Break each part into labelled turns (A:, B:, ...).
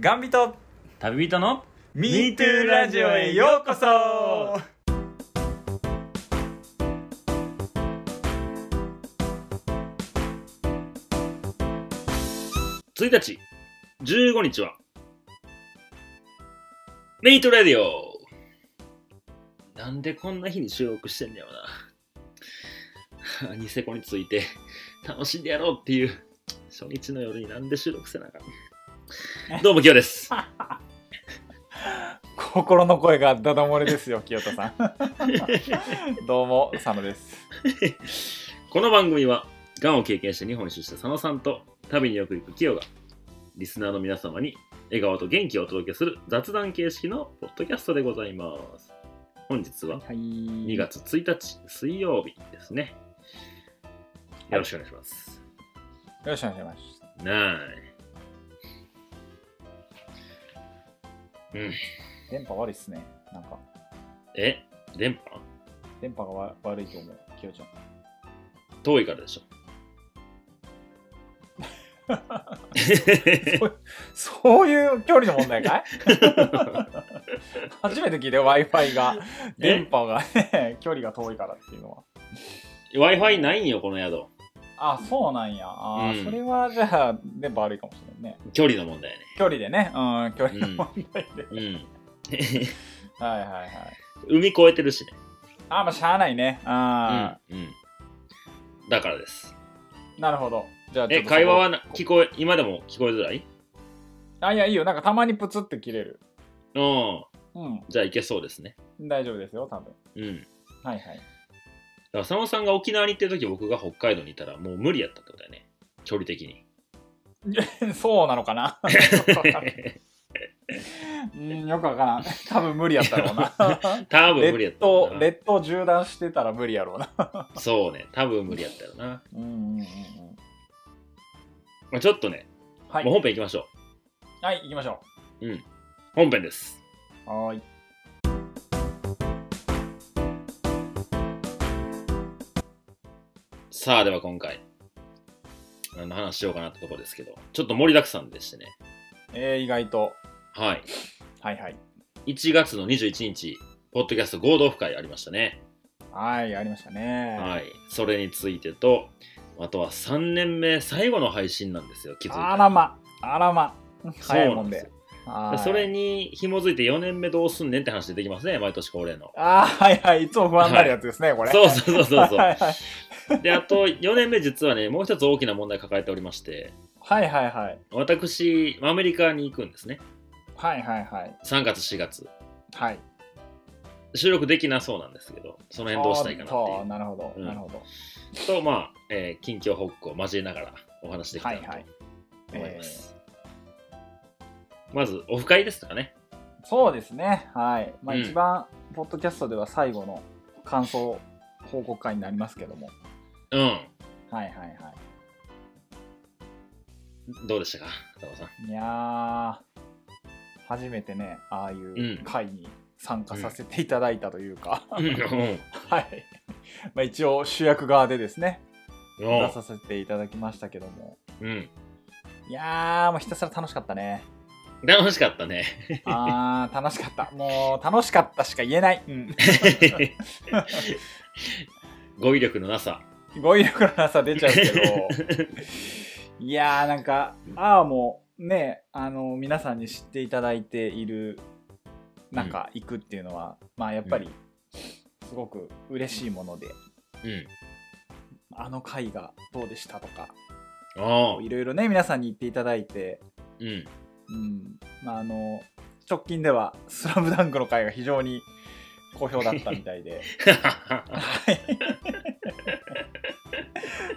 A: ガンビト
B: 旅人の
A: MeToo ラジオへようこそ
B: 1日15日はメイトラディオなんでこんな日に収録してんだよなニセコについて楽しんでやろうっていう初日の夜になんで収録せなあかんどうもキヨです
A: 心の声がダダ漏れですよ清田 さんどうも佐野です
B: この番組は、がんを経験して日本一周した佐野さんと、旅によく行くキヨが、リスナーの皆様に笑顔と元気をお届けする雑談形式のポッドキャストでございます。本日は
A: はい
B: 2
A: 2
B: 月1日水曜日ですね。よろしくお願いします。
A: よろしくお願いします
B: なーい。うん。
A: 電波悪いっすねなんか
B: え電波
A: 電波がわ悪いと思う清ちゃん
B: 遠いからでしょ。
A: そういう距離の問題かい 初めて聞いて w i f i が電波がね距離が遠いからっていうのは
B: Wi-Fi ないんよ、この宿。
A: あそうなんやあー、
B: うん
A: それはじゃあ電波悪いかもしれないね
B: 距離の問題ね。
A: 距離でねうん距離の問題で、
B: うん。
A: はいはいはい
B: 海越えてるしね。
A: あまあしゃあないねあ
B: うんうん、だからです。
A: ー、なるほどじゃあちょ
B: え、
A: っとそこ
B: 会話はな聞こえ、今でも聞こえづらい
A: あいやいいよなんかたまにプツって切れる
B: うん。
A: うん
B: じゃあいけそうですね。
A: 大丈夫ですよ多分
B: うん。だか
A: はいはい
B: ら佐野さんが沖縄に行ってる時僕が北海道にいたらもう無理やったってことだよね。距離的に。
A: そうなのか なうんよくわからん多分無理やったろうな
B: 多分無理やっ
A: 列
B: たよ
A: 島
B: な。
A: 列島縦断してたら無理やろうな
B: そうね。多分無理やったよな。
A: うんうんうんうん
B: まあ、ちょっとね、
A: はい
B: もう本編行きましょ
A: はい行きましょ
B: う。うん。本編です。
A: うはーい
B: さあ、では今回、何の話しようかなってとこですけど、ちょっと盛りだくさんでしてね。
A: えー、意外と
B: はい。
A: はいはい
B: 1月の21日、ポッドキャスト合同深いありましたね。
A: はいありましたね
B: はい、それについてと、あとは3年目最後の配信なんですよ、気づい
A: あ
B: た
A: らまあらま
B: そう
A: 早い
B: な
A: もん
B: ん
A: で
B: ですよ
A: はい
B: それに紐づいて4年目どうすんねんって話出てきますね、毎年恒例の。
A: ああはいはいいつも不安になるやつですね、これ
B: そうそうそうそ
A: は
B: う
A: い。はい
B: で、あと4年目実はね、もう一つ大きな問題抱えておりまして、
A: はいはいはい
B: 私、アメリカに行くんですね。
A: はいはいはい
B: 3月、4月。
A: はい
B: 収録できなそうなんですけど、その辺どうしたいかなって
A: あーなるほど、
B: うん
A: なるほど
B: いう。と、まあ、えー近況報告を交えながらお話しできた
A: は
B: ら
A: い
B: と
A: はい
B: 思います。まず、オフ会ですかね。
A: そうですねはいまあ、
B: うん
A: 一番ポッドキャストでは最後の感想報告会になりますけども
B: うん。
A: はいはいは
B: どうでしたか、佐野さん。
A: いいやー初めてねああいううん会に参加させていただいたというか、
B: うんうん
A: はい、まあ、一応主役側でですね
B: うん
A: 出させていただきましたけども
B: うん。
A: いやーもうひたすら楽しかったね
B: 楽しかったね。
A: あー楽しかったもう楽しかったしか言えない、うん、
B: 語彙力のなさ。
A: 語彙力のなさ出ちゃう けどいやーなんかああもうねあの皆さんに知っていただいている中行くっていうのは、まあやっぱりすごく嬉しいもので、
B: うん。
A: あの回がどうでしたとか
B: ああ。
A: いろいろね皆さんに言っていただいて
B: うん。
A: うんまあ、あの直近では「スラムダンクの回が非常に好評だったみたい ではい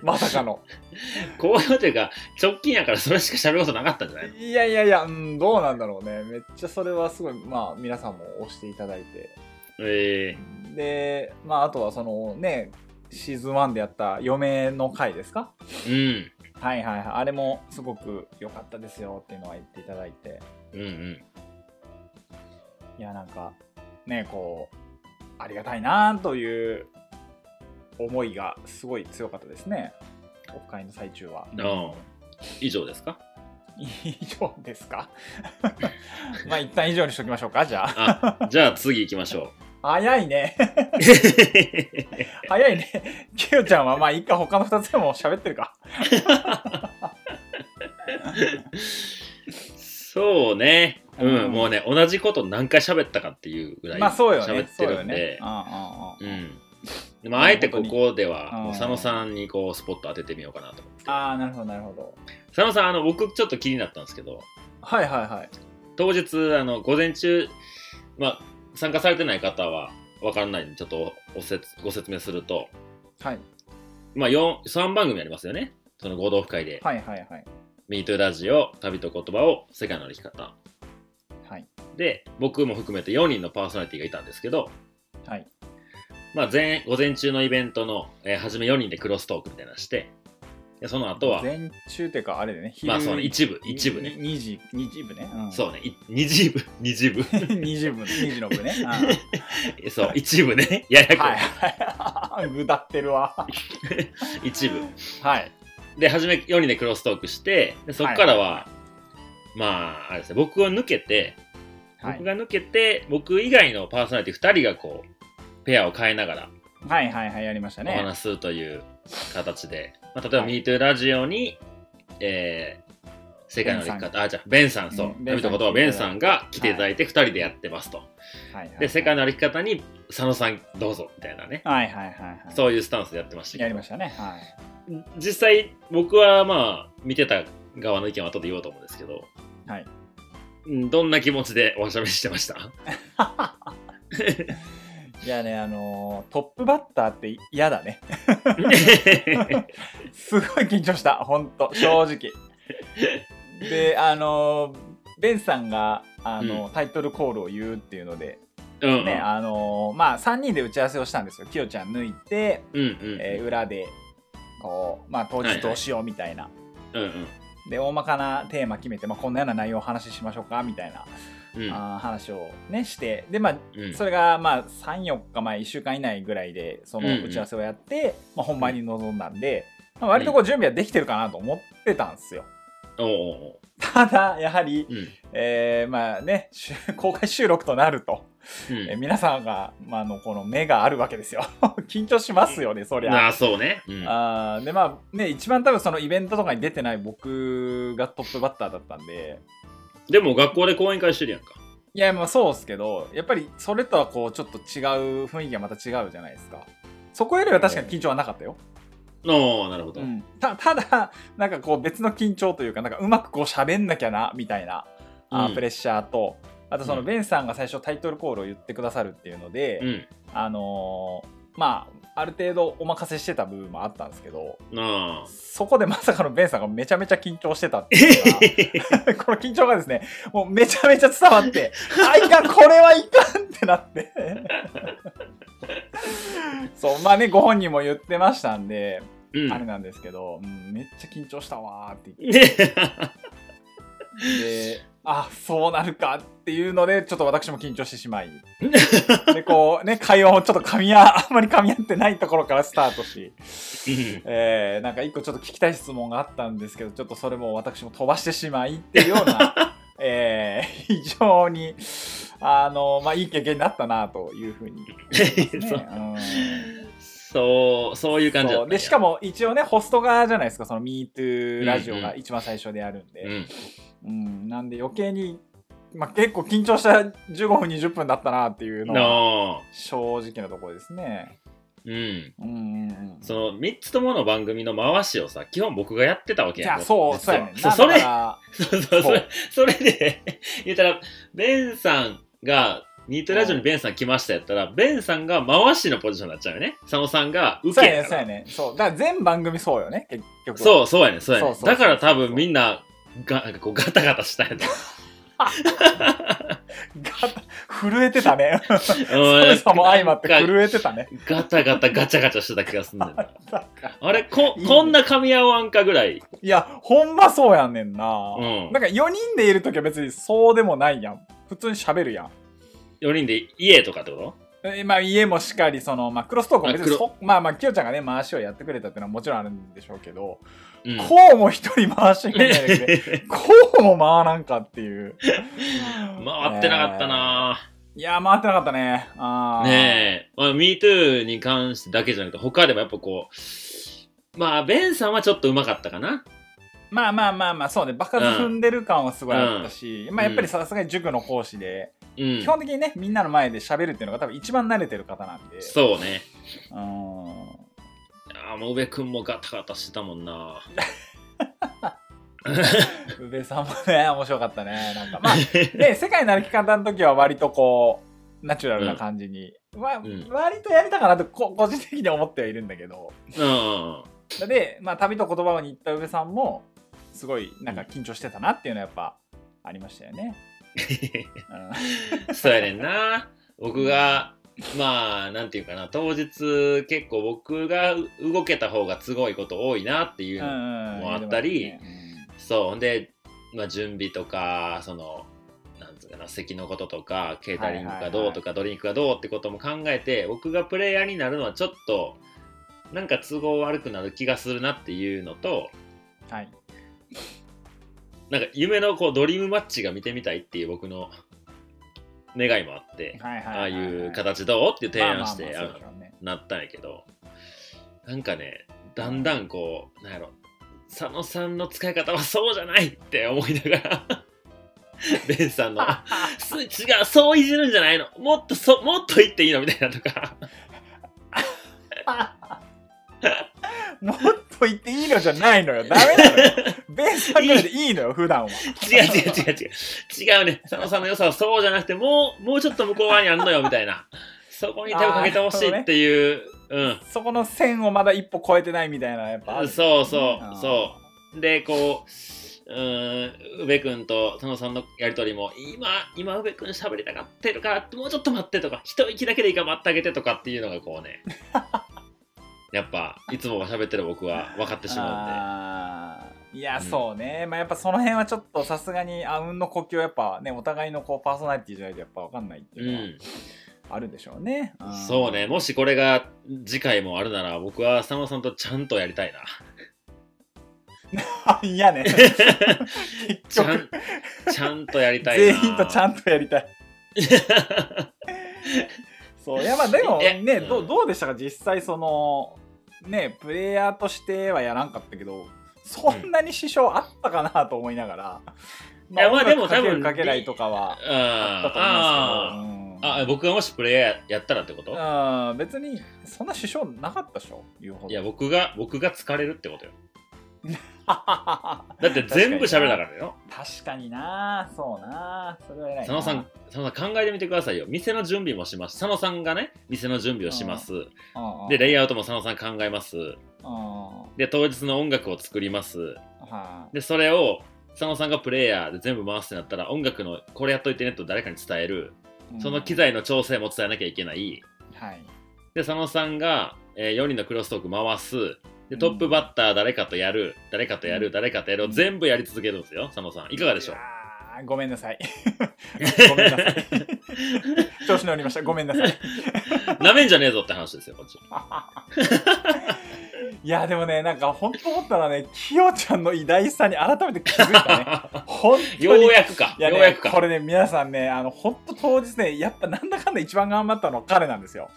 A: まさかの
B: こういうというか、直近やからそれしか喋ることなかったんじゃないの
A: いやいやいや、うん、どうなんだろうねめっちゃそれはすごいまあ皆さんも押していただいて
B: え
A: でまああとはそのねシーズン1でやった嫁の回ですか
B: えー。
A: はいはいはいあれもすごく良かったですよっていうのは言っていただいて
B: うん。うん
A: いやなんかねこうありがたいなという思いがすごい強かったですねオフ会の最中は
B: うん。ああ。以上ですか
A: 以上ですか まあ一旦以上にしときましょうかじゃあ
B: あ、じゃあ次行きましょ
A: 早いね
B: う。
A: 早いね きよちゃんはまあいいか他の2つでも喋ってるか
B: そうね。うん、
A: うん
B: もうね、同じこと何回喋ったかっていうぐらい
A: まあそうよね
B: 喋ってる
A: そう
B: ん
A: よね
B: で。
A: うんうんうん
B: うん。でも、あえてここでは、
A: うん
B: もう佐野さんにこう、スポット当ててみようかなと思って。
A: ああなるほどなるほど
B: 佐野さん、あの、僕ちょっと気になったんですけど、
A: はいはいはい
B: 当日、あの、午前中、まあ、参加されてない方は、わからないんで、ちょっとおせつご説明すると、
A: はい
B: まあ、4、3番組ありますよね。その合同会で、
A: はいはいはい
B: ミートラジオ、旅と言葉を、世界の歩き方。
A: はい
B: で、僕も含めて4人のパーソナリティがいたんですけど、
A: はい
B: まあ、前午前中のイベントの、えー初め4人でクロストークみたいなのしてでその後は
A: 前中っていうかあれでね昼
B: まあそうね一部一部ね
A: 2時二時部ね、うん、
B: そうねい二時部二時部
A: 二時部二時の部ね、うん
B: そう一部ねややこしい、
A: はいはい ぐだってるわ
B: 一部
A: はい
B: で初め4人でクロストークしてでそこからは、まああれですね僕を抜けて
A: はい
B: 僕が抜けて、僕以外のパーソナリティ2人がこうペアを変えながら
A: はいはいはいやりました
B: お
A: ね
B: 話しするという形で、まあ、例えば
A: は
B: 「
A: い
B: MeToo ラジオに」えー世界の歩き
A: ベン
B: 方、あ、じゃあベンさん、そう
A: う、ん
B: ダビとことをベ
A: ベ
B: ン
A: ン
B: さ
A: さ
B: ん
A: ん
B: が来ていただいて、2人でやってますと。
A: はいはい
B: で、世界の歩き方に、佐野さん、どうぞ、みたいなね、
A: はいはいはいはい
B: そういうスタンスでやってました
A: やり
B: けど
A: ま、したねはい
B: 実際、僕はまあ、見てた側の意見は後で言おうと思うんですけど、
A: はい
B: うんどんな気持ちでおしゃべりしてました
A: いやねあのートップバッターって嫌だね すごい緊張したほんと正直であのーベンさんがあのータイトルコールを言うっていうので、
B: うんうん、
A: ねあのーまあ3人で打ち合わせをしたんですよきよちゃん抜いて、
B: うんうん、
A: えー裏でこうまあ当日どうしようみたいな、
B: うんうん
A: で大まかなテーマ決めて、まあ、こんなような内容をお話ししましょうかみたいな、
B: うん
A: あー話をねしてでまあ
B: うん
A: それがまあ34日前1週間以内ぐらいでそ
B: うんうん
A: の打ち合わせをやって、まあ、本番に臨んだんで、まあ、割とこう準備はできてるかなと思ってたんですよ。
B: おうおうお
A: ただやはり
B: う、うん
A: えーまあねしゅ公開収録となると、
B: うん
A: えー皆さんが、まあ、あのこの目があるわけですよ 緊張しますよねそり
B: あ
A: ゃ。
B: あそうね、うん、
A: あーでまあね一番多分そのイベントとかに出てない僕がトップバッターだったんで
B: でも学校で講演会してるやんか
A: いやまあそうっすけどやっぱりそれとはこうちょっと違う雰囲気がまた違うじゃないですかそこよりは確かに緊張はなかったよ、
B: おーなるほど、
A: うんたただなんかこう別の緊張というかなんかうまくこう喋んなきゃなみたいな、あー
B: うん
A: プレッシャーとあとその
B: うん
A: ベンさんが最初タイトルコールを言ってくださるっていうので、
B: うん
A: あのーまあある程度お任せしてた部分もあったんですけど
B: なあ
A: そこでまさかのベンさんがめちゃめちゃ緊張してたっていうの が この緊張がですね、もうめちゃめちゃ伝わって、 あ、いかん、これはいかんってなって。 そう、まあね、ご本人も言ってましたんで、
B: うん
A: あれなんですけど、うん、めっちゃ緊張したわーって言
B: ね
A: って、あ、そうなるかっていうので、ちょっと私も緊張してし まい。で、こうね、会話もちょっと噛み合う、あんまり噛み合ってないところからスタートし、
B: うん
A: えー、なんか一個ちょっと聞きたい質問があったんですけど、ちょっとそれも私も飛ばしてしまいっていうよう な、えー、非常に、あの、まあ、いい経験になったなというふうに思いますね、
B: そう
A: うん
B: そうそういう感じだっ
A: そ
B: た
A: うで、しか
B: も、
A: も一応ね、ホスト側じゃないですか、その MeToo ラジオ
B: うん
A: が
B: うん
A: 一番最初でやるん
B: う
A: で。
B: ん、
A: うん、なんで余計に、まあ、結構緊張した15分、20分だったなっていうのは、
B: なあ
A: 正直なところですね。
B: うん
A: うんうんうん。
B: その3つともの番組の回しをさ基本僕がやってたわけ
A: じ
B: や
A: ゃ
B: ん
A: あ、そう、
B: 実
A: そう
B: は
A: やねんな。
B: そうそ
A: だ
B: れ
A: か
B: そうそうそ
A: そ
B: れ
A: う
B: それで 言ったらベンさんがニートラジオにベンさん来ましたやったら、ベンさんが回しのポジションになっちゃうよね佐野さんが
A: ら
B: 受
A: そう
B: け
A: やねん、
B: や
A: そ
B: か
A: う
B: ら
A: やねん。そう。だから全番組そうよね、結局は。
B: そうそうやねそうやね
A: そうそうそう
B: だから多分みんながなんかこうガタガタしたやつ
A: ガタ震えてた ね。
B: う ん
A: 寒さも相まって
B: なんか
A: 震えてたね。
B: ガタガタガチャガチャしてた気がす んねんなあれこ
A: いいね
B: こんな噛み合わんかぐらい、
A: いや、ほんまそうやねんな。
B: うん
A: なんか4人でいるときは別にそうでもないやん。普通に喋るやん。
B: 4人で家とかってこ
A: えまあ、家もしっかりその、まあ、クロストークも別に
B: あ
A: そまあまあきよちゃんがね回しをやってくれたっていうのはもちろんあるんでしょうけど、
B: うん
A: こうも一人回しがいないだけで こうも回らんかっていう
B: 回ってなかったな、
A: いや回ってなかったねあー
B: ねえ、まあ、MeToo に関してだけじゃなくて、他でもやっぱこう、まあ、ベンさんはちょっとうまかったかな。
A: まあまあまあまあそうね場数踏んでる感はすごいあったし、まあやっぱりさすがに塾の講師で、
B: うん
A: 基。本的にねみんなの前で喋るっていうのが多分一番慣れてる方なんで
B: そうね。
A: うん
B: ああ、もう上くんもガタガタしてたもんな。
A: 宇部さんもね面白かったねなんかまあ で世界の歩き方の時は割とこうナチュラルな感じに、まあ
B: ん
A: 割とやりたかなとこ個人的には思ってはいるんだけど
B: うん。
A: で、まあ、旅と言葉をに行った宇部さんもすごいなんか緊張してたなっていうのはやっぱありましたよね。うん
B: そうやねんな。僕が、まあ、なんていうかな、当日結構僕が動けた方が都合いいこと多いなっていう
A: う
B: の
A: んうん
B: もうあったり
A: 言ってま
B: そうほんで、まあ、準備とかそのなんつうかな席のこととかケータリングがどうとか、ドリンクがどうってことも考えて僕がプレイヤーになるのはちょっとなんか都合悪くなる気がするなっていうのと
A: したね
B: なんか夢のこうドリームマッチが見てみたいっていう僕の願いもあって、
A: はいはい
B: ああ
A: はいはいはい
B: いう形どうっていう提案して、
A: まあまあまあそうで
B: あ
A: しょうね
B: なったんやけどなんかねだんだんこうなんやろ佐野さんの使い方はそうじゃないって思いながら ベンさんの「す違うそういじるんじゃないのもっとそもっと言っていいの」みたいなとか
A: もっと言っていいのじゃないのよ。ダメなのよ。 ベンさんぐらいでいいのよ、普段は。
B: 違う違う違う違う違うね佐野さんの良さはそうじゃなくてもうもうちょっと向こう側にあんのよみたいなそこに手をかけてほしいっていう、うん
A: そこの線をまだ一歩超えてないみたいな、やっぱある。
B: そうそ
A: あー
B: うそうでこううーん宇部君と佐野さんのやり取りも今今宇部君喋りたがってるからもうちょっと待ってとか一息だけでいいから待ってあげてとかっていうのがこ うねやっぱいつもは喋ってる僕は分かってしま
A: あーいや、
B: うん
A: そうね。まあ、やっぱその辺はちょっとさすがに、あうんの呼吸はやっぱね、お互いのこうパーソナリティじゃないとやっぱわかんないって
B: う
A: い
B: ん
A: うのはあるんでしょうね。
B: う
A: うんん
B: そうね。もしこれが次回もあるなら僕は佐野さんとちゃんとやりたいな
A: いやね。
B: ち
A: 結
B: ゃ
A: 局
B: ん、ちゃんとやりたいな
A: 全員とちゃんとやりた い。そういやまあでも
B: え
A: ね、
B: うん
A: どうどうでしたか実際そのねプレイヤーとしてはやらんかったけどそんなに支障あったかなと思いながら、
B: いやまあでも
A: 音楽かける
B: 多分
A: かけないとかはあったと思い
B: あ
A: ます
B: ー
A: けど、うん
B: あー、僕がもしプレイヤーやったらってこと
A: うん別にそんな支障なかったでしょ言うほど
B: いや、僕が、僕が疲れるってことよ。
A: だ
B: だって全部喋らなかったよ。
A: 確かになそうなそれは偉いな
B: 佐野さん、佐野さん考えてみてくださいよ。店の準備もします。佐野さんがね、店の準備をします。
A: うんうん
B: で、レイアウトも佐野さん考えます。
A: うんは
B: で、当日の音楽を作ります。
A: あ
B: で、それを、佐野さんがプレイヤーで全部回すってなったら、音楽のこれやっといてねと誰かに伝える。その機材の調整も伝えなきゃいけない。
A: うんはい
B: で、佐野さんが、え4人のクロストーク回す。で、トップバッター誰かとやる、誰かとやる、誰かとやるを全部やり続けるんですよ、佐野さん。いかがでしょう
A: いやーごめんな さいごめんなさい 調子乗りましたごめんなさい
B: なめんじゃねえぞって話ですよ、こっち。
A: いやでもねなんか本当思ったらねきよちゃんの偉大さに改めて気づいた ね本当に
B: ようやくか。
A: いや
B: ようや
A: ね
B: く
A: こ
B: か。
A: れね皆さんねあの本当当日ねやっぱなんだかんだ一番頑張ったのは彼なんですよ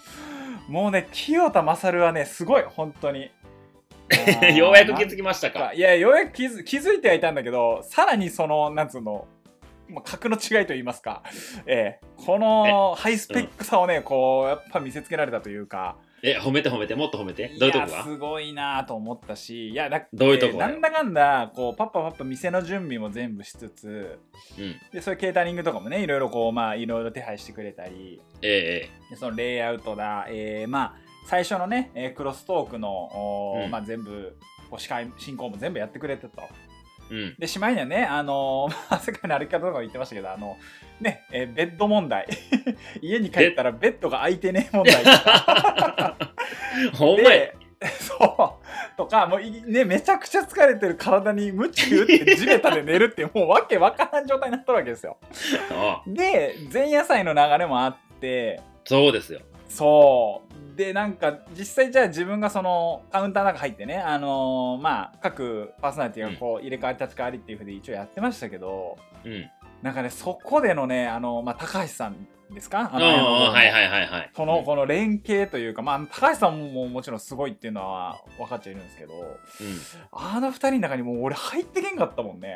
A: もうね清田勝はねすごい本当 に
B: ようやく気づきました
A: なん
B: か
A: か。いやようやく気づ気づいてはいたんだけどさらにそのなんつうのまあ格の違いと言いますか、ええこのハイスペックさをね、こうやっぱ見せつけられたというか、
B: え、褒めて褒めて、もっと褒めて。どういうと
A: や
B: こが
A: すごいなと思ったしいやだ
B: どういうとこ
A: な
B: が
A: んだかんだこうパッパパッパ店の準備も全部しつつ
B: うん。
A: でそういうケータリングとかもねいろいろこうまあいろいろ手配してくれたり
B: ええ
A: でそのレイアウトだ、えーまあ最初のね、えークロストークの、おー
B: うん
A: まあ、全部こう司会進行も全部やってくれてたと
B: ええ うん。
A: でしまいにはねあのー まあ世界の歩き方とかも言ってましたけどあのね、えーベッド問題 家に帰ったらベッドが空いてねえ問題
B: ほんまや。
A: で そうとかもうい、ね、めちゃくちゃ疲れてる体にムチ打って地べたで寝るってもうわけわからん状態になっとるわけですよ
B: ああ
A: で前夜祭の流れもあって
B: そうですよ。
A: そうでなんか実際じゃあ自分がそのカウンターの中入ってねあのーまあ各パーソナリティがこう入れ替わり立ち替わりっていうふうで一応やってましたけど、
B: うん。
A: なんかねそこでのねあの、まあ、高橋さんですかあ
B: あ
A: の
B: あ、はいはいはいはい。
A: このこの連携というか、まあ、高橋さんももうもちろんすごいっていうのは分かっちゃいるんですけど
B: うん。
A: あの二人の中にもう俺入ってけんかったもん ね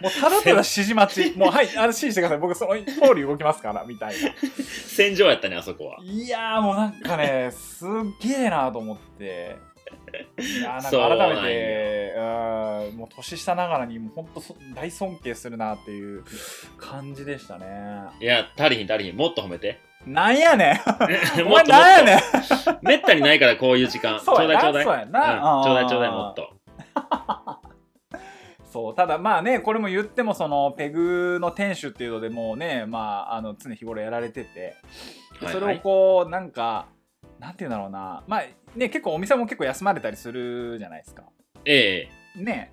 A: もうただただ指示待ちもうはいあの指示してください僕その通り動きますからみたいな
B: 戦場やったね、あそこは。
A: いやーもうなんかねすっげえなと思っていやーなん
B: そうなん
A: か
B: や
A: 改めてうんもう年下ながらにもうほんとそ大尊敬するなっていう感じでしたね
B: いや、足りひん足りひん。もっと褒 めて。
A: なんやねんお
B: もっ
A: 前な
B: ともっと
A: んやねん
B: めったにないからこういう時間。ち ょ
A: そう
B: うだ
A: や
B: いちょ
A: な
B: うだい。
A: そううや
B: ん
A: な
B: ちょうだいちょうだいもっと。
A: そうただまあねこれも言ってもそのペグの店主っていうのでもうねまああの常日頃やられててで
B: はい
A: それをこうなんかなんて言うんだろうなまあね結構お店も結構休まれたりするじゃないですか
B: ええ
A: ね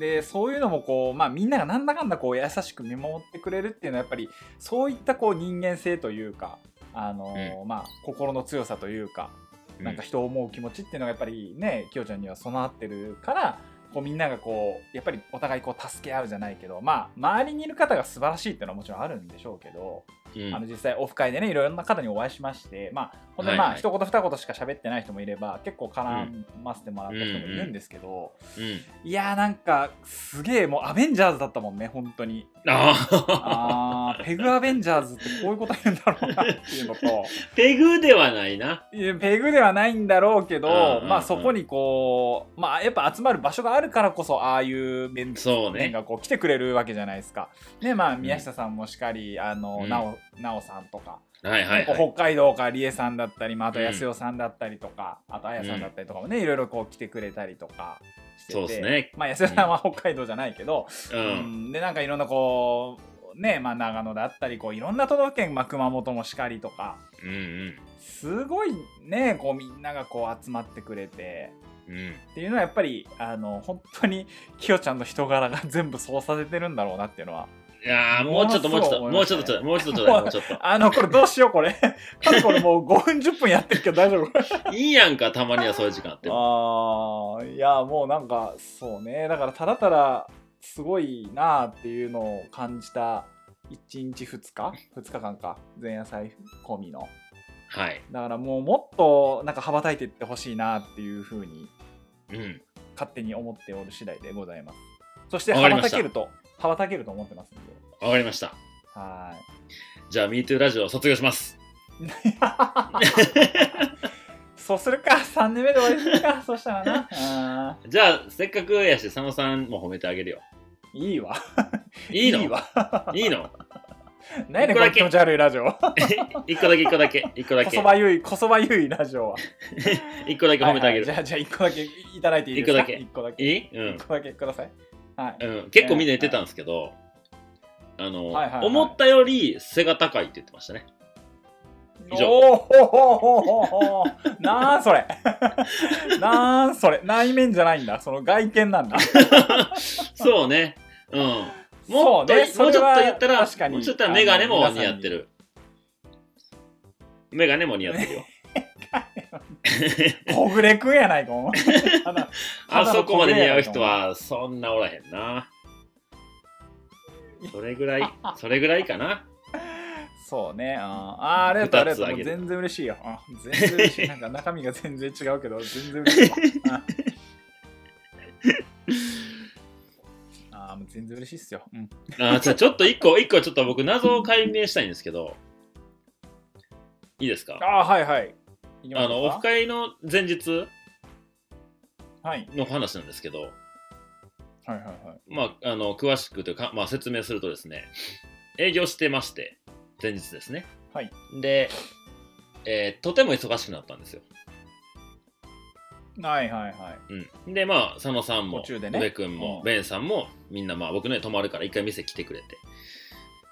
A: でそういうのもこう、まあ、みんながなんだかんだこう優しく見守ってくれるっていうのはやっぱりそういったこう人間性というか、あのーまあ、心の強さというか
B: うん
A: なんか人を思う気持ちっていうのがやっぱりねきよちゃんには備わってるからこうみんながこうやっぱりお互いこう助け合うじゃないけど、まあ、周りにいる方が素晴らしいっていうのはもちろんあるんでしょうけど、
B: うん
A: あの実際オフ会でねいろいろな方にお会いしましてまあ本当にまあ、
B: はいはい
A: 一言二言しか喋ってない人もいれば結構絡ませてもらった人もいるんですけど。
B: うん
A: いやーなんかすげえもうアベンジャーズだったもんね本当に
B: あ
A: あーペグアベンジャーズってこういうこと言うんだろうなっていうのと
B: あ、ペグではないな。
A: いやペグではないんだろうけど、
B: うんうんうん
A: まあそこにこうまあやっぱ集まる場所があるからこそああいう面
B: そうね。
A: がこう来てくれるわけじゃないですかねまあ宮下さんもしかり、あの
B: うん
A: なおなおさんとか、
B: はいはいはい。
A: 北海道から理恵さんだったり、まあ、あと安代さんだったりとか、あとあやさんだったりとかもね、いろいろこう来てくれたりとかしてて
B: そうですね
A: まあ安代さんは北海道じゃないけど、
B: う。
A: うんんでなんかいろんなこうね、まあ、長野だったりこういろんな都道府県、まあ、熊本もしかりとか
B: うんうん。
A: すごいねこうみんながこう集まってくれて
B: うん。
A: っていうのはやっぱりあの本当にきよちゃんの人柄が全部そうさせてるんだろうなっていうのはい
B: やーもうちょっともうちょっと
A: も
B: も
A: の
B: うち
A: す
B: ょ
A: ごい
B: っとちょうだいもうちょっとちょうだいもうちょっ
A: あのこれどうしようこれ 多分これもう5分10分やってるけど大丈夫これ
B: と。いいやんかたまにはそういう時間あって。
A: あーいやもうなんかそうねだからただただすごいなあっていうのを感じた1日2日2日間か前夜祭込みの
B: はい。
A: だからもうもっとなんか羽ばたいていってほしいなあっていうふうに
B: うん。
A: 勝手に思っておる次第でございますそして
B: わ
A: 羽
B: かり
A: ば
B: ま
A: た
B: した
A: けると羽ばたけると思ってますんで
B: わかりました。
A: はーい
B: じゃあ MeToo ラジオを卒業します。
A: そうするか3年目で終わりするかそうしたらなあ
B: じゃあせっかくやし佐野さんも褒めてあげるよ。
A: ーいいわ
B: いいの
A: いいわ
B: いいの
A: 何やねん
B: こ
A: こ
B: れだ
A: の
B: け
A: 気持ち悪いラジオ
B: 一個だけ一個だけ一個だ
A: こ
B: け
A: そばゆいこそばゆいラジオは
B: 一個だけ褒めてあげる。
A: はいはいじゃあ、じゃあ一個だけいただいていいですか
B: 一個だけ
A: 一個だけ。
B: いいうん
A: 一個だけください。はい。
B: うん、結構みんな言ってたんですけど、あの、
A: はいはいはい
B: 思ったより背が高いって言ってましたね。以上
A: おーほほほほほなんそれなんそれ内面じゃないんだ。その外見なんだ。
B: そうね。うん。も
A: そ
B: っ
A: う
B: と、
A: ね
B: もうちょっと言ったら、もう
A: 確
B: ち
A: か
B: ょっ
A: に
B: と言ったらメガネも
A: あの
B: 似合ってる。メガネも似合ってる よ。
A: 小暮くんやないか、お 前ただ
B: あそこまで似合う人。
A: ただの
B: はそんなおらへんな。それぐらい、それぐらいかな。
A: そうね。うんあーありがとう、ありがとう。
B: 二つあ
A: も
B: げ
A: う
B: る
A: 全然嬉しいよ。うん全然嬉しい。なんか中身が全然違うけど、全然 嬉しいわ。うんあーもう全然嬉しいっすよ。うん、
B: あじゃあちょっと一個、一個ちょっと僕謎を解明したいんですけど、いいですか
A: ああー、はいはい。いきまし
B: あ
A: ょ
B: の、
A: う
B: オ
A: か
B: フ会の前日
A: はい。
B: の話なんですけど、
A: はいはいはい。
B: まあ、あの詳しくというか、まあ、説明するとですね営業してまして前日ですね
A: はい
B: で、えーとても忙しくなったんですよ、
A: はいはいはい。
B: うん、でまあ佐野さんも
A: 途中でね
B: 宇部君も、
A: うん
B: ベンさんもみんなまあ僕の家泊まるから一回店来てくれて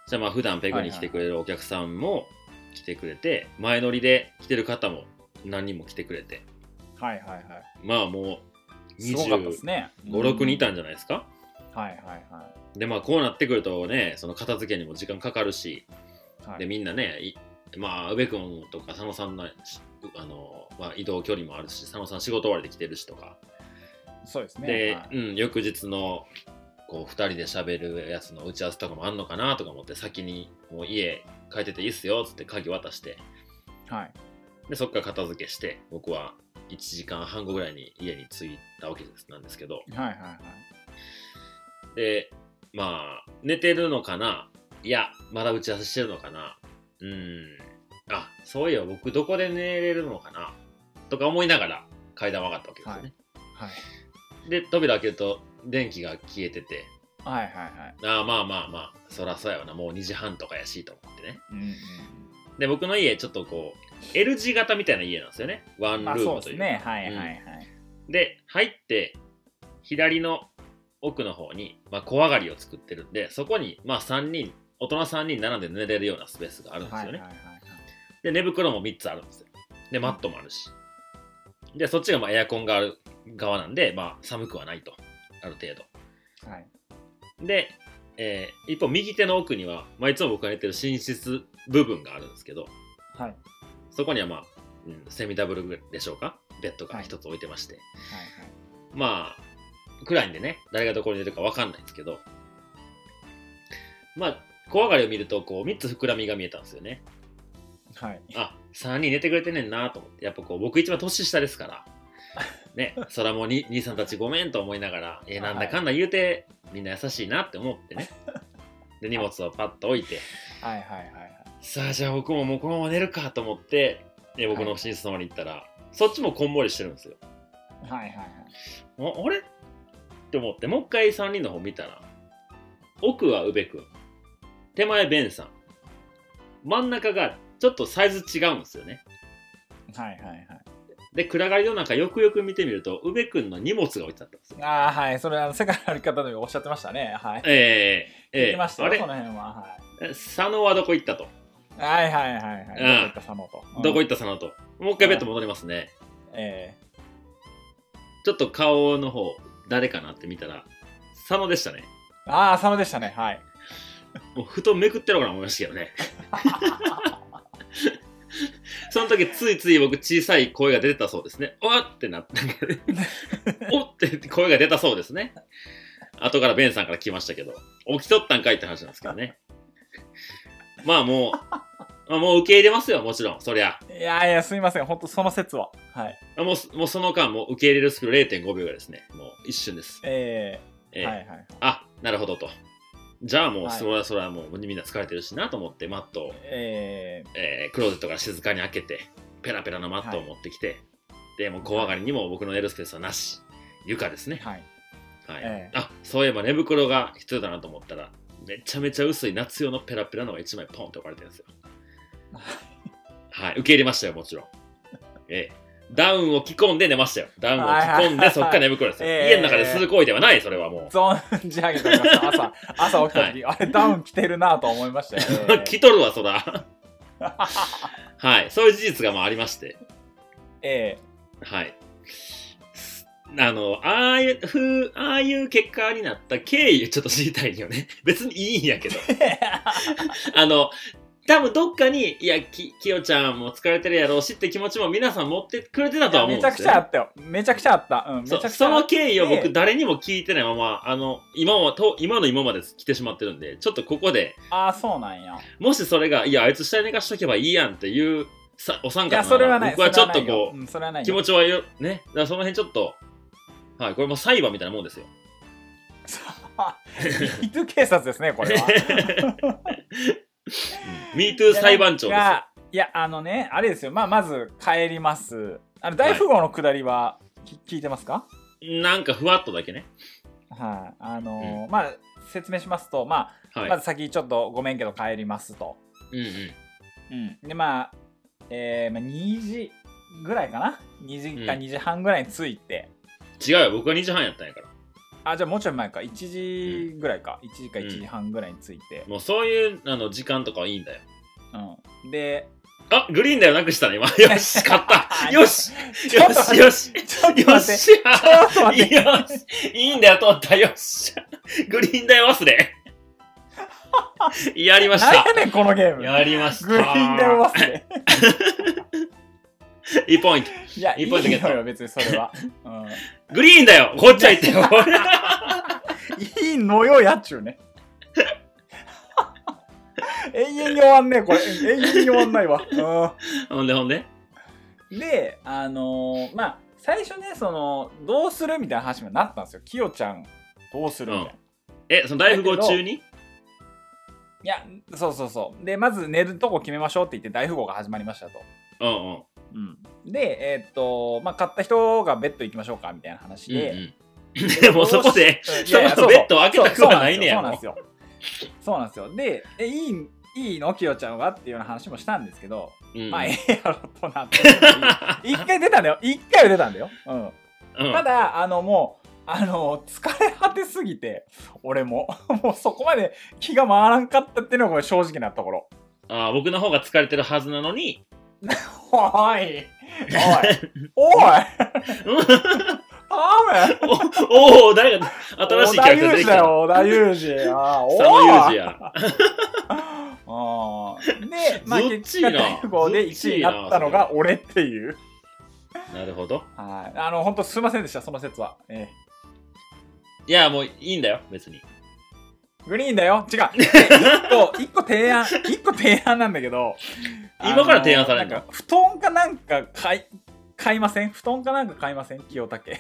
B: じゃあまあ普段ペグに来てくれるお客さんも来てくれて、前乗りで来てる方も何人も来てくれて
A: はいはいはい。
B: まあもう
A: すごかったです
B: 256、
A: ね。
B: 6人いた
A: うん
B: んじゃないですか、
A: はいはいは
B: でまあこうなってくるとねその片付けにも時間かかるし
A: い。はい、
B: でみんなねいまあ、宇部君とか佐野さんのしあの、まあ、移動距離もあるし、佐野さん仕事終わりで来てるしとか、
A: そうですね。
B: で、
A: はい
B: うん、翌日のこう2人で喋るやつの打ち合わせとかもあんのかなとか思って、先にもう家帰ってていいっすよっつって鍵渡して、
A: はい。
B: でそこから片付けして、僕は1時間半後ぐらいに家に着いたわけですなんですけど、
A: はいはいはい。
B: で、まあ、寝てるのかないや、まだ打ち合わせしてるのかなうーん。あ、そういや、僕どこで寝れるのかなとか思いながら階段上がったわけですよね。
A: はい。
B: で、扉開けると電気が消えてて、
A: はいはいはい。
B: ああ、まあまあまあ、そらそうやわな、もう2時半とかやしと思ってね。
A: うんうん
B: で、僕の家、ちょっとこう、L 字型みたいな家なんですよね。ワ
A: うん。
B: ンル
A: まあ
B: ー
A: そう
B: ムと
A: です
B: いう。
A: ね。はいはいはい。
B: で、入って、左の奥の方に、まあ、小上がりを作ってるんで、そこに、まあ、3人、大人3人並んで寝れるようなスペースがあるんです
A: はい
B: よ
A: はい
B: ね。
A: はいはい。
B: で、寝袋も3つあるんですよ。で、マットもあるし。で、そっちがまあエアコンがある側なんで、まあ、寒くはないと。ある程
A: はい。
B: 度。で、えー一方、右手の奥には、まあ、いつも僕が寝てる寝室部分があるんですけど、
A: はい。はい
B: そこにはまあ、うん、セミダブルでしょうかベッドが一つ置いてまして。まあ、暗いんでね、誰がどこに出るかわかんないんですけど、まあ、小上がりを見ると、こう、3つ膨らみが見えたんですよね。
A: はい。はい。
B: あ、3人寝てくれてんねんなと思って、やっぱこう、僕一番年下ですから、ね、そらもうに兄さんたちごめんと思いながら、えなんだかんだ言うて、みんな優しいなって思ってね。で、荷物をパッと置いて、
A: はいはいはいはい。
B: さあ、じゃあ僕ももうこのまま寝るかと思って、で僕の寝室の方に行ったら、そっちもこんもりしてるんですよ。
A: はいはいはい。
B: ああれって思ってもう一回3人の方見たら奥は宇部君手前ベンさん真ん中がちょっとサイズ違うんですよね
A: はいはいはい。
B: で暗がりの中よくよく見てみると宇部君の荷物が置いてあったんですよ
A: ああ、はい。それ、あの、世界の歩き方でもおっしゃってましたね。はい。
B: ええええ
A: 聞きました
B: あ
A: よ、
B: れ
A: その辺は。は
B: 佐野はどこ行ったと
A: い。はいはいはいはい。どこ行った佐野と。うん
B: どこ行った佐野ともう一回ベッド戻りますね
A: え
B: ちょっと顔の方誰かなって見たら佐野でしたね
A: えああ、佐野でしたね。はい。
B: もう布団めくってるかな思いましたけどね。 その時ついつい僕小さい声が出てたそうですね。おっってなったんで おって声が出たそうですね。後からベンさんから来ましたけど、起きとったんかいって話なんですけどね。まあもう、まあ、もう受け入れますよ、もちろん、そりゃ。
A: いやいや、すみません。本当その説は。はい。
B: もう、もうその間、もう受け入れるスピード0.5秒ぐらいですね。もう一瞬です。
A: え
B: え
A: え
B: え
A: はいはいはい。
B: あ、なるほどと。じゃあもう、
A: はい
B: それはそれはもうみんな疲れてるしなと思って、マットを
A: え
B: えークローゼットから静かに開けてペラペラのマットを持ってきて、でもう小上がりにも僕の寝るスペースはなし床です
A: え
B: ね、
A: はい。
B: はい
A: ええ
B: あそういえば寝袋が必要だなと思ったらめちゃめちゃ薄い夏用のペラペラのが1枚ポンって置かれてるんですよはい受け入れましたよもちろん、ええダウンを着込んで寝ましたよダウンを着込ん
A: はいはいは
B: で
A: い
B: そっから寝袋ですよ、
A: ええ
B: 家の中でする行為ではないそれはも
A: 存じ上げております。朝、朝起きた時、あれ、ダウン着てるなと思いました
B: う、。
A: よ、ね
B: 着とるわそら はいそういう事実がまあありまして
A: え
B: はい。すあの、ああいう、ふう、ああいう結果になった経緯をちょっと知りたいよね。 別にいいんやけど。
A: え
B: あの、多分どっかに、いや、き、きよちゃんも疲れてるやろうしって気持ちも皆さん持ってくれてた
A: い
B: とは
A: や
B: 思う
A: め
B: ん
A: ち
B: で
A: ゃ
B: す
A: く
B: よ、
A: ちゃあったよ。めちゃくちゃあった。うん、めちゃ
B: そ
A: くちゃあった
B: その経緯を
A: え
B: 僕
A: え
B: 誰にも聞いてないまま、あの、今はと、今の今まで来てしまってるんで、ちょっとここで、
A: ああ、そうなんや。
B: もしそれが、いや、あいつ下に寝かしとけばいいやんっていう、さお三
A: いや、
B: 方
A: それ
B: な
A: は
B: ら
A: ない。
B: 僕はちょっと
A: それ
B: こ
A: は
B: う
A: ないよ、うん、それはないよ
B: 気持ちはよ、ね。だからその辺ちょっと、はい、これもう裁判みたいなもんですよ。
A: いつ警察ですね、こ れは。
B: MeToo 裁判長
A: い
B: ですよ。
A: や、いやあのね、あれですよ。まあ、まず帰ります。あの大富豪の下りは、き聞いてますか
B: なんかふわっとだけね。
A: はい、あのーまあ説明しますと、まあ
B: はい。
A: まず先ちょっとごめんけど帰りますと、
B: うんうん。
A: でまあ、えーまあ、2時ぐらいかな2時か
B: うん
A: 2時半ぐらいに着いて、
B: 違うよ、僕が2時半やったんやから。
A: あじゃあもうちょい前か1時ぐらいか、1時か1時半ぐらいに着いて、
B: もうそういうあの時間とかはいいんだよ。
A: うん、で
B: あグリーンだよ、なくした ね、今。よし、勝った。よし、
A: ちょっと
B: よ
A: 待
B: し、
A: って
B: よし。
A: ちょっと
B: よっ
A: 待って
B: し
A: ちょっと
B: ゃ
A: 待って
B: よしいいんだよ、通った。よっしゃ。グリーンだよ、忘れ。やりまし
A: 何
B: た
A: やねん、このゲーム。
B: やりました
A: グリーンで終わすね。
B: 1ポイント。
A: いや、い
B: 一
A: い
B: 本だけやった
A: のよ、別にそれは。うん
B: グリーンだよこっちゃ行ってよ
A: いいのよやっちゅうね。永遠に終わんねえ、これ。永遠に終わんないわ。
B: ほんでほんで。
A: うん、で、あのーまあ、最初ね、その、どうするみたいな話もなったんですよ。きよちゃん、どうするみたいな。
B: え、その大富豪中に
A: いや、そうそうそう。で、まず寝るとこ決めましょうって言って大富豪が始まりましたと。
B: うんうん。
A: うん、で、えーっと、まあ、買った人がベッド行きましょうかみたいな話で。
B: うんうん、でもそこで、
A: うんい
B: そ
A: やい
B: も
A: や
B: そもベッドを開けたことはないねや
A: そう
B: も
A: なん
B: ん
A: ですよ。そうなんですよ。そうなんですよで、え、いい、いいのきよちゃんはっていうような話もしたんですけど、
B: うん
A: まあ、ええやろとなって。 一回出たんだよ。一回は出たんだよ。うん。
B: うん
A: ただ、あの、もう、あの、疲れ果てすぎて、俺も、 もうそこまで気が回らんかったっていうのがこれ正直なところ。
B: あー僕の方が疲れてるはずなのに、
A: おいおいおいダメ
B: おおー誰が新しいキャラクター出て
A: 織田裕二
B: きた。
A: だよ、織田裕二。あー
B: 佐野裕二
A: おい
B: や。
A: あーで、まあ、
B: ずっち
A: 結
B: いな
A: 果、大富豪で
B: ずっち
A: 1位
B: い
A: に
B: な
A: なったのが俺っていう。
B: なるほど。
A: はい。あの、本当すいませんでした、その説は。え
B: いや、もういいんだよ、別に。
A: えグリーンだよ 違う。1個、一個提案、一個提案なんだけど。
B: 今から提案されんの
A: あなんか布団かなんか買い、買いません布団かなんか買いません清武。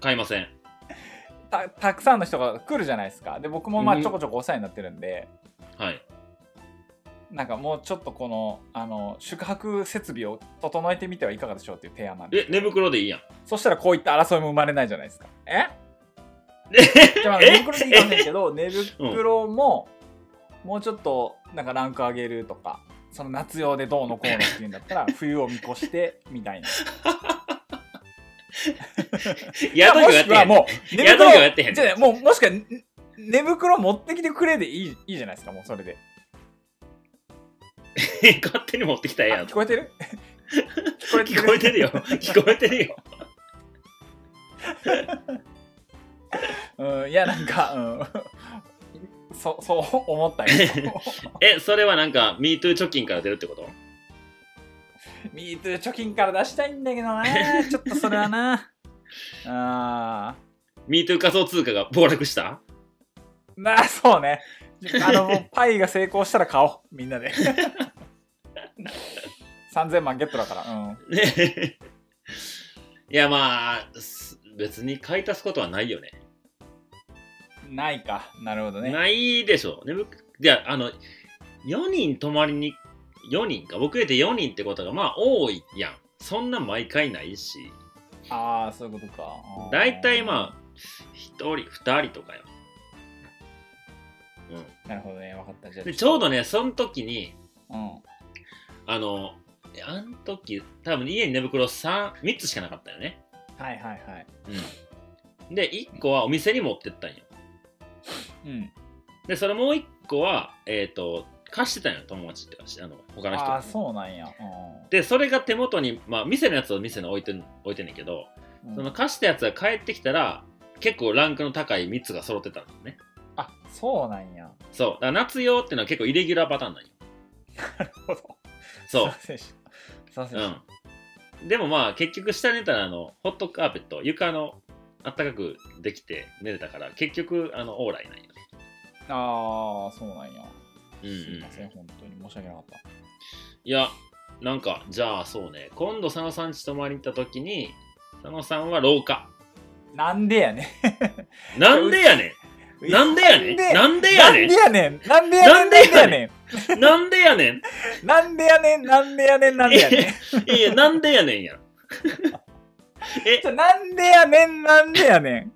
B: 買いません。
A: た、たくさんの人が来るじゃないですか。で、僕もま
B: う
A: あ
B: ん
A: ちょこちょこお世話になってるんで。
B: はい。
A: なんかもうちょっとこのあの宿泊設備を整えてみてはいかがでしょうっていう提案なんで
B: え、寝袋でいいやん。
A: そしたらこういった争いも生まれないじゃないですかえ
B: え
A: じゃあまあ
B: え
A: 寝袋でいいかもしれんけ ど寝袋ももうちょっとなんかランク上げるとかその夏用でどうのこうのっていうんだった ら冬を見越してみたいな
B: や
A: ま
B: と
A: あ
B: き
A: も
B: は
A: しくは
B: やってへんの。
A: もう寝
B: 宿
A: 袋
B: はやってへんの
A: じゃあもうもしくはね寝袋持ってきてくれでいいいいじゃないですかもうそれで
B: 勝手に持ってきたらええ
A: あ
B: やん
A: 聞。こえて る聞こえてる
B: 聞こえてるよ。聞こえてるよ。
A: うん、いや、なんか、うん、そ そう思った よ。
B: え、それはなんか、MeToo 貯金から出るってこと
A: MeToo 貯金から出したいんだけどな、ちょっとそれはな。あ
B: ?MeToo 仮想通貨が暴落した
A: ーまあ、そうね。あの、パイが成功したら買おう、みんな で。3000万ゲットだから。うん、
B: ねいや、まあ、す別に買い足すことはないよね。
A: ないか。なるほどね。
B: ないでしょ。ね、僕いや、あの、4人泊まりに、4人か、僕入れて4人ってことが、まあ、多いやん。そんな毎回ないし、
A: ああ、そういうことか。あー
B: 大体まあ、1人、2人とかよ。う
A: なるほどね、分かった。じゃ
B: ん。
A: あ
B: で、ちょうどね、その時に、
A: うん。
B: あの、あの時、多分家に寝袋3、3つしかなかったよね。
A: はいはいはい。
B: うん。で、1個はお店に持ってったんよ。
A: うん、
B: で、それもう1個は、えっ、と、貸してたんよ、友達ってかあの、他の人に。
A: ああ、そうなんや。う
B: で、それが手元に、まあ、店のやつを店に置いてん、置いてんねんけど、
A: んうん
B: その貸したやつが帰ってきたら、結構ランクの高い3つが揃ってたんだよね。
A: あそうなんや。
B: そう。だから夏用っていうのは結構イレギュラーパターンなんよ。
A: なるほど
B: そう。
A: すいませんでした。すいませんでした。
B: うん。でもまあ、結局下に寝たら、あの、ホットカーペット、床の、あったかくできて寝れたから、結局、あの、オーライなんよね。
A: ああ、そうなんや。
B: うん、うん。
A: すいません、本当に申し訳なかっ
B: いや、なんか、じゃあそうね、今度佐野さんち泊まりに行った時に、佐野さんは廊下。
A: た。なんでやね
B: なんでやねん なんでやねん
A: な
B: なんでやね
A: んでやねんなんでやねん
B: なんでやねんなんでやねん
A: なんでやねんなんでやねんなんでやねんなんでやねんなんでやねん
B: いやいや、なんでやねんや。え
A: ち、ょなんでやねんなんでや ねん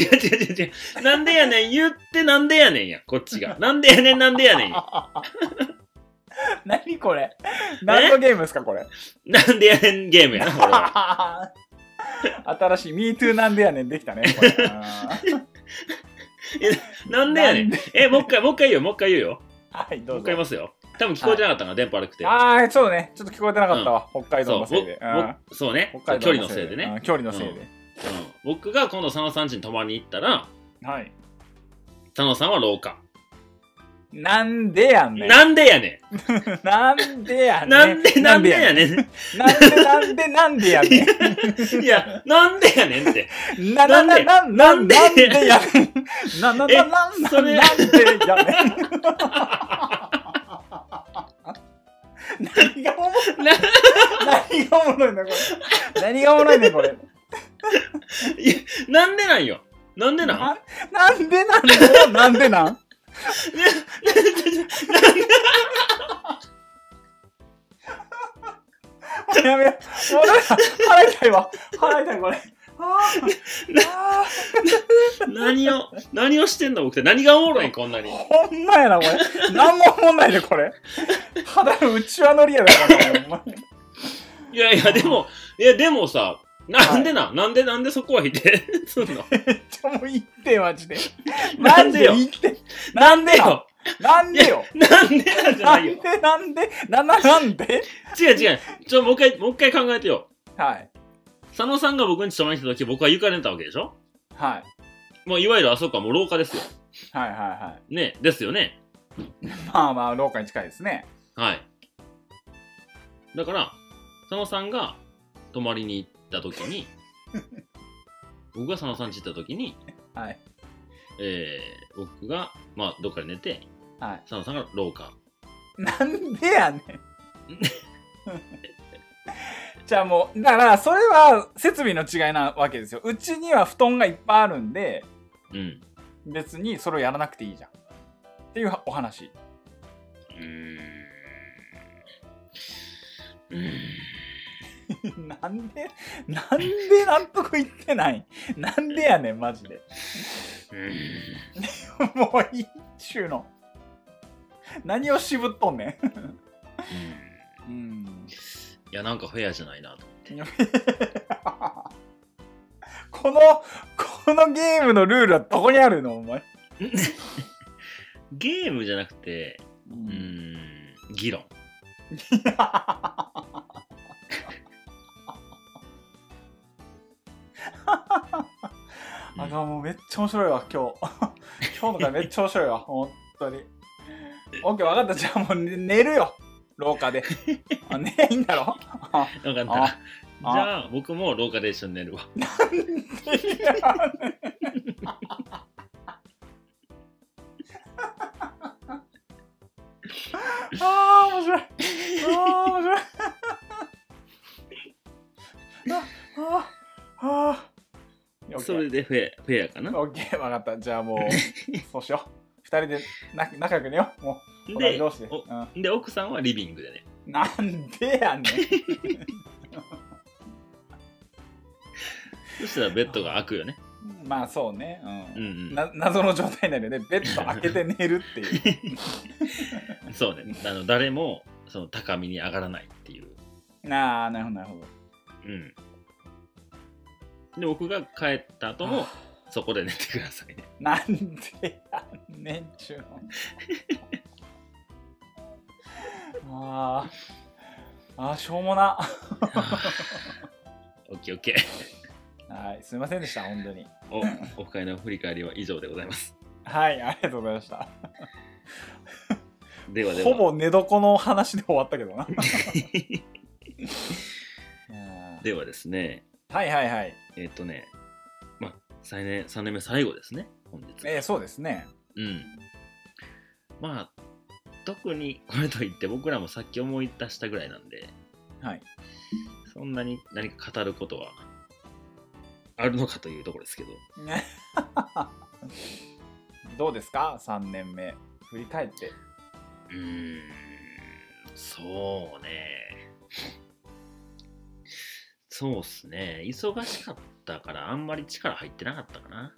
B: 違う違う違う違う。なんでやねん言ってなんでやねんや。こっちが。なんでやねんなんでやねんや。
A: 何これ何のゲームですかこれ
B: なんでやねんゲームやな、俺は。
A: 新しい MeToo なんでやねんできたねこれあー
B: なんでやねん。え、もう一回、もう一回言うよ、もう一回言うよ。
A: はいど
B: も
A: う
B: う
A: ぞ
B: 一回言いますよ。多分聞こえてなかったな、電波悪くて。
A: ああそうねちょっと聞こえてなかったわ、北海
B: そ
A: 道
B: う
A: のせいで、
B: 僕僕そうね
A: うん北
B: 距
A: 海道
B: 離のせいでね、
A: うん距離のせいで、
B: うん僕が今度佐野さん家に泊まりに行ったら
A: はい
B: 佐野さんは廊下
A: なんでやねん。
B: なんでやね
A: なんでやね
B: ん。なんで、なんでや
A: ん。
B: ねん。
A: なんでなんでなんでやねん。
B: いや、なんでやねんって。
A: ななななななんでやねん。ななななな
B: えそれ
A: なんでや ねん。何がおも
B: な
A: 何がおもろいんだこれ。何がおもろいねんこれ。
B: いやなんでなんよ。なんでなん
A: ななんでなんでなんでなんやめよう。もうなんか払いたいわ。払いたいこれ。あーあ
B: 何を、何をしてんだ僕って。何がおもろいんこんなに。
A: ーほんまやな、これ。なんも思んないで、これ。ただのうちわ乗りやだから、これほんまに
B: いやいや、でも、いや、でもさ、なんでなん、なんでなんでそこは否定 すんの
A: ちょもういいって、マジで。
B: なんでよ
A: マジいいって。
B: なんでよ
A: なんでよ。
B: なんでなんじゃ
A: な
B: なんいよ。
A: で、なんで、な、な、なんで
B: 違う違う。ちょ、もう一回、もう一回考えてよ。
A: はい。
B: 佐野さんが僕に泊まりに来た時、僕は床に寝たわけでしょ
A: はい。
B: もういわゆるあそこはもう廊下ですよ。
A: はいはいは
B: ね、ですよね。
A: い。まあまあ、廊下に近いですね。
B: はい。だから、佐野さんが泊まりに行った時 に、僕が佐野さん家行った時に、
A: はい。
B: えー、僕が、まあ、どっかで寝て、
A: はい。
B: 佐野さんが廊下。
A: なんでやねん。 じゃあもう、だからそれは設備の違いなわけですよ。うちには布団がいっぱいあるんで、
B: うん。
A: 別にそれをやらなくていいじゃん。っていうお話。
B: うーんうーん
A: なんで、なんで納得いってないなんでやねん、マジで。
B: うーん
A: もういいっちゅうの。何を渋っとんねん。うん。
B: いやなんかフェアじゃないな と
A: この、このゲームのルールはどこにあるのお前。
B: ゲームじゃなくてうーん議論
A: あかんもうめっちゃ面白いわ今日 今日の回めっちゃ面白い わ本当に OK 分かったじゃあもう寝寝るよ廊 下であ寝りゃいいんだろ
B: 分かった
A: あ
B: じゃあ僕も廊下で一緒に寝るわ
A: あー面白いあー面 白いああーあー OK
B: それでフェアフェアかな
A: オッケー、わかった。じゃあも う、そうしよう。二人でな仲良く寝よう。もう、同じ
B: で
A: 同士で。
B: お
A: う
B: で奥さんはリビングでね
A: ん、なんでやねん。
B: そしたらベッドが開くよね
A: まあそうね。
B: う
A: うんん。
B: うん
A: な謎の状態になるよね。ベッド開けて寝るって いう。
B: そうねあの誰もその高みに上がらないっていう
A: なあ、なるほど、なるほど。
B: うんで僕が帰った後もそこで寝てくださいね
A: なんでやねんちゅうの。あーあー、しょうもな。
B: オッケーオッケー
A: はい、すみませんでした、本当に。
B: おオフ会の振り返りは以上でございます。
A: はい、ありがとうございました。
B: ではでは。
A: ほぼ寝床の話で終わったけどな。
B: ではですね、
A: はいはいはい。
B: えっ、とね、まあ、3年、3年目最後ですね、本日。
A: えー、そうですね。
B: うん。まあ、特にこれといって僕らもさっき思い出したぐらいなんで、
A: はい。
B: そんなに何か語ることはあるのかというところですけど、
A: どうですか ?3 年目。振り返って。
B: うーん、そうね。そうっすね。忙しかったからあんまり力入ってなかったかな。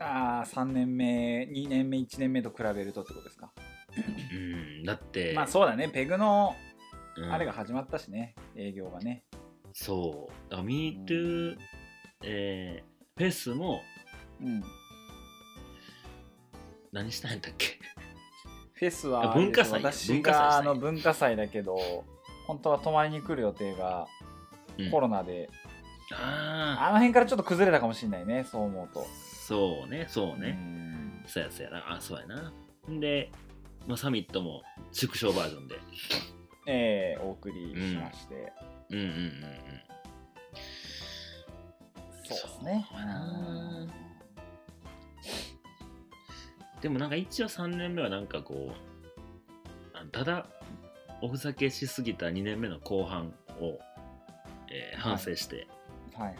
A: ああ、3年目、2年目、1年目と比べるとってことですか。
B: うん、だって、
A: まあそうだね。ペグの
B: うん
A: あれが始まったしね。営業がね。
B: そう。だから MeToo、えー、フェスも
A: うん。
B: 何したんやったっけ
A: フェスは
B: あ文化祭
A: 私
B: 文化祭ですね
A: があの文化祭だけど、本当は泊まりに来る予定が
B: うん
A: コロナで、
B: ああ、
A: あの辺からちょっと崩れたかもしれないね。そう思うと。
B: そうね、そうね。
A: ん
B: そうやそうやな。あ、そうやな。んで、まあ、サミットも縮小バージョンで。
A: えーお送りしまして、
B: うんうんうんうん。
A: そうですね
B: そうだなでもなんか一応3年目はなんかこう、あただおふざけしすぎた2年目の後半を、えー反省して、
A: はいはいはい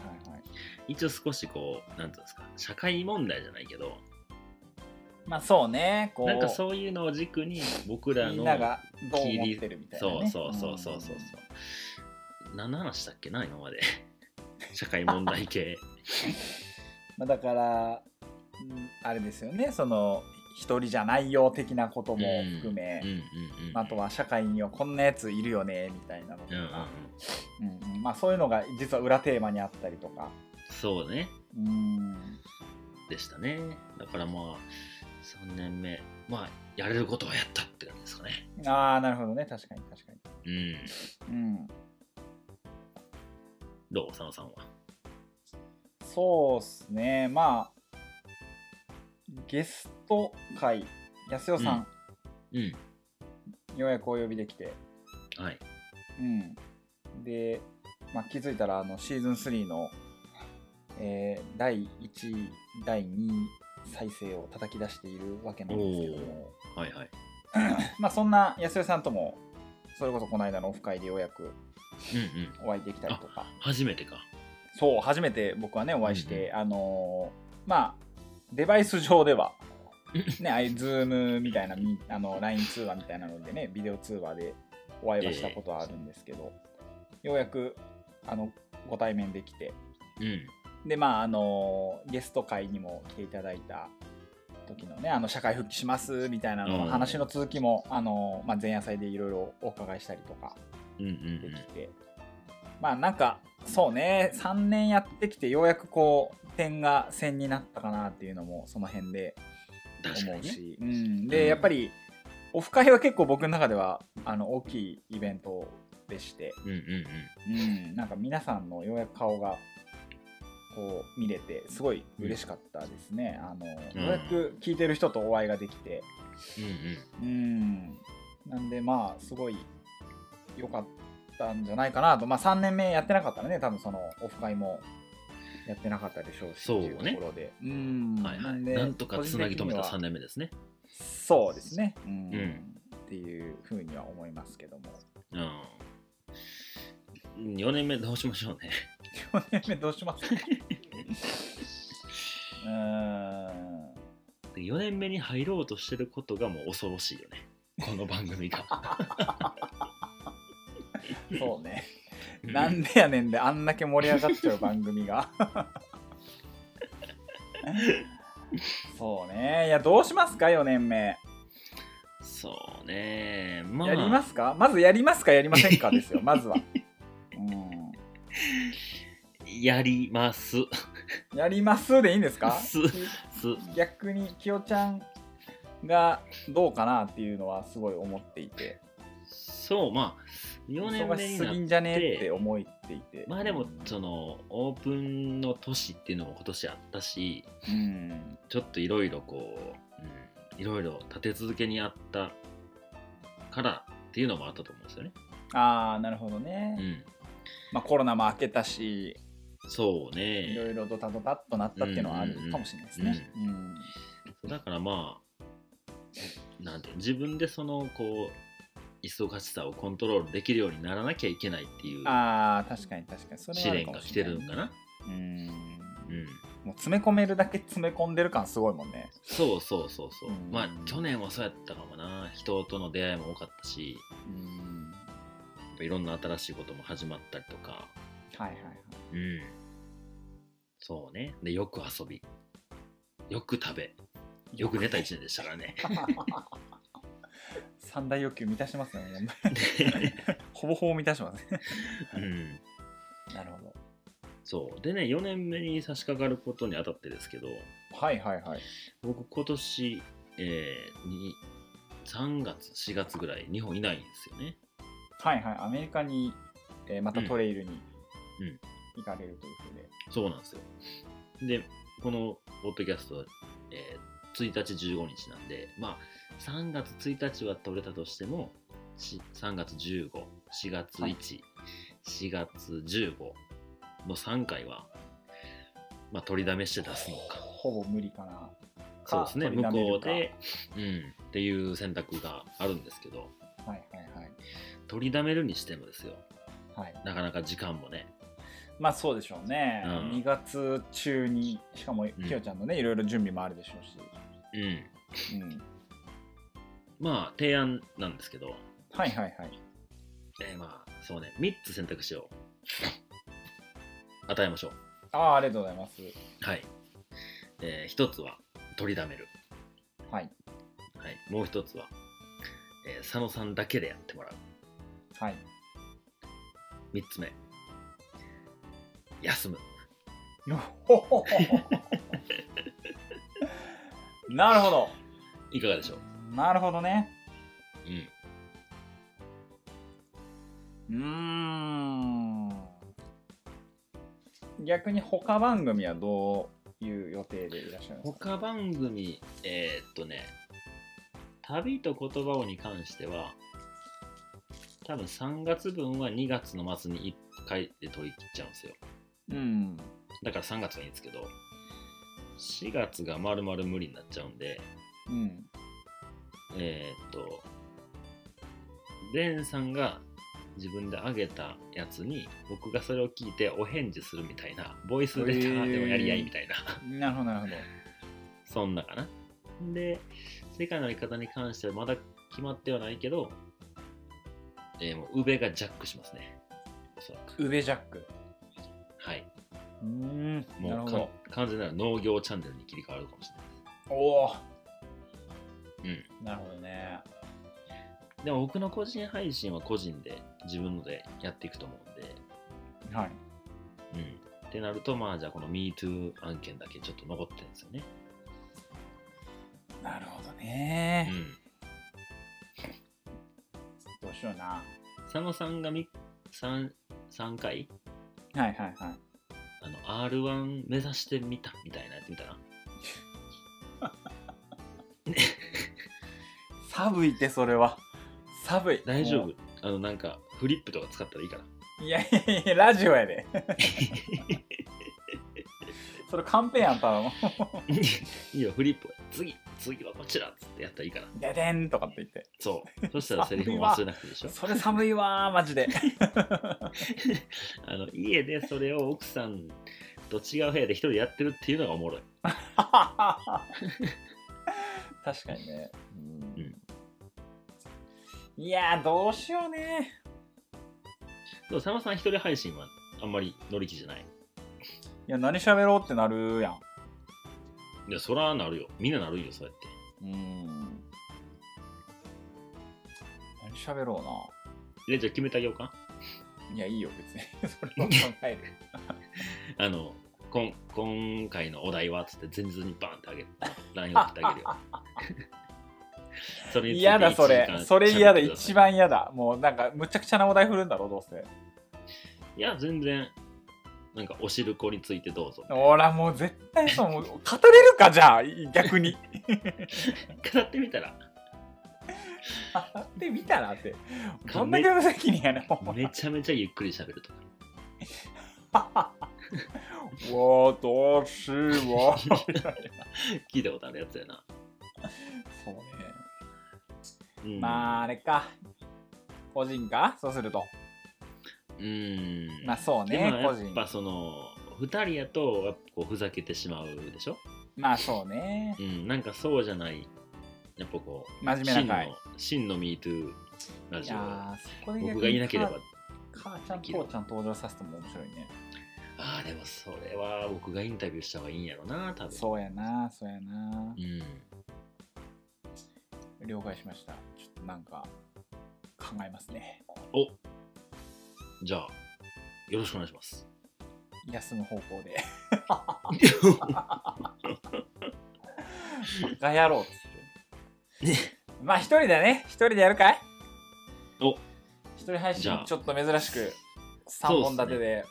B: 一応少しこう、なんていうんですか、社会問題じゃないけど、
A: まあそうねこう
B: なんかそういうのを軸に僕らの
A: みんながどう思ってるみたいな、ね、
B: そうそうそうそうそうそう。何の話したっけな今 まで。社会問題系。
A: まあ、だからうんあれですよねその一人じゃないよ的なことも含め、
B: うんうんうん。
A: あとは社会にはこんなやついるよねみたいなのと
B: うんうんうん。
A: か、うんうんまあ、そういうのが実は裏テーマにあったりとか
B: そうね。
A: うん
B: でしたね。だからまあ、3年目。まあ、やれることはやったって感じですかね。
A: ああなるほどね確かに確かに、
B: うん。
A: うん、
B: どう佐野さんは。
A: そうっすねまあゲスト会安代さん、
B: うん。
A: ようやくお呼びできて
B: はい。
A: うん、で、まあ、気づいたらあのシーズン3の、えー第1第2再生を叩き出しているわけなんですけども、
B: はいはい。
A: まあ、そんな安代さんともそれこそこの間のオフ会でようやく
B: うんうん。
A: お会いできたりとか
B: 初めてか。
A: そう初めて僕はねお会いして、あのーまあデバイス上ではねああいうズームみたいなみあの LINE 通話みたいなのでねビデオ通話でお会いはしたことはあるんですけど、ようやくあのご対面できて
B: うん。
A: でまああのゲスト会にも来ていただいた時のねあの社会復帰しますみたいなのの話の続きも、あのまあ、前夜祭でいろいろお伺いしたりとか
B: うんうん
A: できて、まあなんかそうね3年やってきてようやくこう点が線になったかなっていうのもその辺で
B: うん。確か
A: 思
B: に
A: う
B: ね。
A: し、うん、
B: う
A: で
B: ん
A: やっぱりオフ会は結構僕の中ではあの大きいイベントでして、
B: うんうんうん。
A: うん、なんか皆さんのようやく顔がこう見れてすごい嬉しかったですね、あの
B: うん
A: ようやく聞いてる人とお会いができて、
B: うんうん。
A: うんなんでまあすごい良かったんじゃないかなとまあ3年目やってなかったらね多分そのオフ会もやってなかったでしょうし
B: そうね
A: っていうところでうん
B: はいはい、
A: で
B: なんとかつなぎ止めた
A: 個人的には
B: 3年目ですね。
A: そうですねうん、
B: ん
A: っていうふうには思いますけども
B: うん、4年目どうしましょうね。
A: 4年目どうしますかうーん
B: 4年目に入ろうとしてることがもう恐ろしいよね。この番 組が。
A: そうねなんでやねんであんだけ盛り上がっちゃう番組がそうねいやどうしますか4年目
B: そうね。まあ、
A: やりますかまずやりますかやりませんかです よまずは、う
B: やります。
A: ん、やりますでいいんですか
B: すす
A: 逆にきよちゃんがどうかなっていうのはすごい思っていて
B: そう、まあ、4年
A: 忙
B: 目
A: し
B: に
A: すぎ
B: なっ
A: んじゃねえって思っていて
B: まあでも、その、オープンの年っていうのも今年あったし、
A: うん
B: ちょっといろいろこう、うん、いろいろ立て続けにあったからっていうのもあったと思うんですよね。
A: ああなるほどね、
B: うん。
A: まあコロナも明けたし
B: そうね。
A: いろいろドタドタっとなったっていうのはあるかもしれないですね。うん
B: だからまあ、なんていうの自分でそのこう忙しさをコントロールできるようにならなきゃいけないっていう
A: ああ確かに確かにそれ
B: 試
A: はある
B: 練
A: か
B: が
A: も
B: 来
A: してれない
B: るのかな。
A: うん
B: う
A: も
B: ん、
A: う詰め込めるだけ詰め込んでる感すごいもんね。
B: そうそうそうそう。
A: うん
B: まあ去年はそうやったかもな。人との出会いも多かったし、
A: うん
B: やっぱいろんな新しいことも始まったりとか。
A: はいはいはい。
B: うん。そうね。で、よく遊び。よく食べ。よく寝た一年でしたからね。
A: 三大欲求満たしてますよね。 ほぼほぼ満たしてますね。
B: うん。
A: なるほど。
B: そう。でね、4年目に差し掛かることにあたってですけど、
A: はいはいはい。
B: 僕今年、えーに3月4月ぐらい日本いないんですよね
A: はいはい。アメリカに、えーまたトレイルに
B: うん
A: 行かれるということで。
B: そうなんですよでこのポッドキャスト、え1日15日なんで、まあ、3月1日は取れたとしても、し3月15、4月1、
A: はい
B: 4月15の3回は、まあ、取りだめして出すのか。
A: ほぼ無理かな。
B: そ
A: か
B: うですね、
A: 取り
B: 向
A: だめる
B: こう
A: か
B: で、うん、っていう選択があるんですけど、
A: はいはい
B: 取りだめるにしてもですよ、
A: はい。はい、
B: なかなか時間もね、
A: まあそうでしょうね、
B: うん
A: 2月中に、しかも
B: ん
A: きよちゃんのね、いろいろ準備もあるでしょ
B: うん、
A: うし。うん。
B: まあ、提案なんですけど、
A: はいはいはい。
B: えーまあ、そうね、3つ選択肢を与えましょう。
A: ああ、ありがとうございます。
B: はい。えー、1つは、取りだめる。
A: はい。
B: はい。もう1つは、えー佐野さんだけでやってもらう。
A: はい。
B: 3つ目、休む。
A: ほほほほなるほど。
B: いかがでしょう
A: なるほどね。
B: う
A: う
B: ん。
A: ーん。逆に他番組はどういう予定でいらっしゃいますか
B: 他番組、えーっとね、旅と言葉をに関しては、多分3月分は2月の末に1回で取り切っちゃうんですよ。
A: うん。
B: だから3月はいいんですけど、4月がまるまる無理になっちゃうんで、
A: うん。
B: えーっと、レーンさんが自分であげたやつに、僕がそれを聞いてお返事するみたいな、ボイスレターでもやり合いみたいな、
A: なるほど、なるほど。
B: そんなかな。で、世界の在り方に関してはまだ決まってはないけど、えーもう、宇部がジャックしますね。おそらく。
A: ウベジャック。
B: はい。
A: うーん。なる
B: も
A: ほ
B: う
A: ど
B: か。、完全なる農業チャンネルに切り替わるかもしれない。
A: おお。
B: う
A: なるほどね。
B: でも僕の個人配信は個人で自分のでやっていくと思うんで、
A: はい。
B: うん。ってなると、まあじゃあこの MeToo 案件だけちょっと残ってるんですよね。
A: なるほど
B: う
A: ね。
B: ん。
A: どうしような。
B: 佐野さんがみ 3, 3回、
A: はいはいはい。
B: あの R1 目指してみたみたいなやつ見たら、
A: 寒いって、それは。寒い。
B: 大丈
A: も
B: 夫あのなんかフリップとか使ったらいいから。
A: ういやいやいや、ラジオやで。 それカンペやん、ただの。
B: いいよ、フリップ。次、次はこちらっつってやったらいいから。
A: ででんとかって言って。
B: そう。そしたらセリフも忘れなくていい でしょ。
A: それ寒いわー、マジで。
B: あの家でそれを奥さんと違う部屋で一人でやってるっていうのがおもろい。
A: 確かにね。
B: うん
A: いやー、どうしようね。
B: でも佐野さん一人配信はあんまり乗り気じゃない。
A: いや、何喋ろうってなるやん。
B: いや、そらなるよ。みんななるよ、そうやって。
A: うん。何喋ろ
B: えじゃあ決めてあげようか。
A: うな。いや、いいよ、別に。 それを考える。
B: あの、こん今回のお題はっつって前日にバンってあげる。LINE 送ってあげ るよ。それについて
A: 嫌だ、そ
B: 一時
A: れ。
B: 間
A: それ嫌だ、
B: 喋ってくさい
A: 一。番嫌だ。もう、なんか、むちゃくちゃなお題振るんだろ、どうせ。
B: いや、全然、なんかおしるこについてどうぞ。
A: ほら、もう絶対そう、もう、語れるか、じゃあ、逆に。
B: 語ってみたら、
A: 語ってみたらって。どんだけ無責任やねん、もう。
B: めちゃめちゃゆっくり喋るとか。
A: 私は
B: 聞いたことあるやつやな。
A: そうね
B: うん、
A: まああれか個人かそうすると
B: うん。
A: まあそう
B: で
A: ね
B: も
A: 個
B: やっ
A: 人
B: ぱその、二人やと、やっぱこうふざけてしまうでしょ。
A: まあそうね
B: うん、なんかそうじゃない、やっぱこう、
A: 真面目な回
B: 真の真の MeToo ラ
A: い
B: ジオ
A: やーそこで
B: 僕がいなければ
A: 逆に母ちゃん父ちゃん登場させても面白いね
B: ああでもそれは僕がインタビューした方がいいんやろな多分
A: そうやなそうやな
B: うん
A: 了解しましたちょっとなんか考えますね
B: じゃあよろしくお願いします
A: 休む方向でバカ野郎っつって
B: ね
A: まあ一人でね一人でやるかい
B: お
A: 一人配
B: じ
A: 信
B: ゃあ
A: ちょっと珍しく3本立てで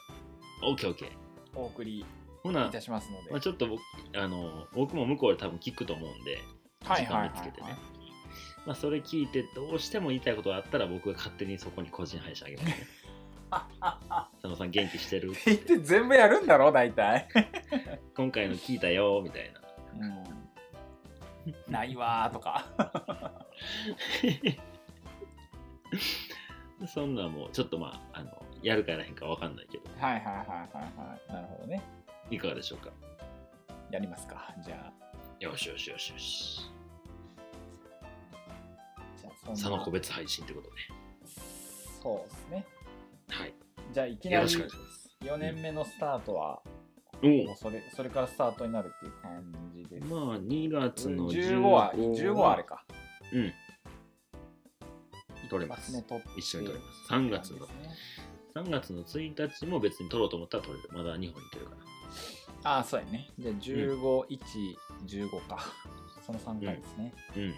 B: オッケーオッケー
A: お送り
B: ほない
A: たしますので
B: まあ、ちょっと僕あの僕も向こうで多分聞くと思うんで
A: はい
B: 時間
A: はい
B: 見つけてね、まあ、それ聞いてどうしても言いたいことがあったら僕が勝手にそこに個人配信あげま すね佐野さん元気してる
A: 言って全部やるんだろ大 体、
B: 今回の聞いたよみたいな
A: うん、ないわーと か
B: そんなんもうちょっとまああのやるかやらへんかわかんないけど
A: はいはいはいはいはいなるほどね
B: いかがでしょうか
A: やりますかじゃあ
B: よしよしよしよし
A: じゃあ
B: 佐
A: そん
B: 野
A: な
B: 個別配信ってことで
A: そうですね
B: はい
A: じゃあいき
B: よ
A: な
B: ろ
A: り
B: しくお願いします
A: 4年目のスタートはもう
B: お
A: それそれからスタートになるっていう感じです、
B: おまあ2月の
A: 15は15はあれか
B: うん取れます
A: ね取って
B: 一緒に取れます3月の3月の1日も別に取ろうと思ったら取れるまだ2本いけるかな
A: ああそうやねじゃあ15115、かその3回ですね、
B: うんうん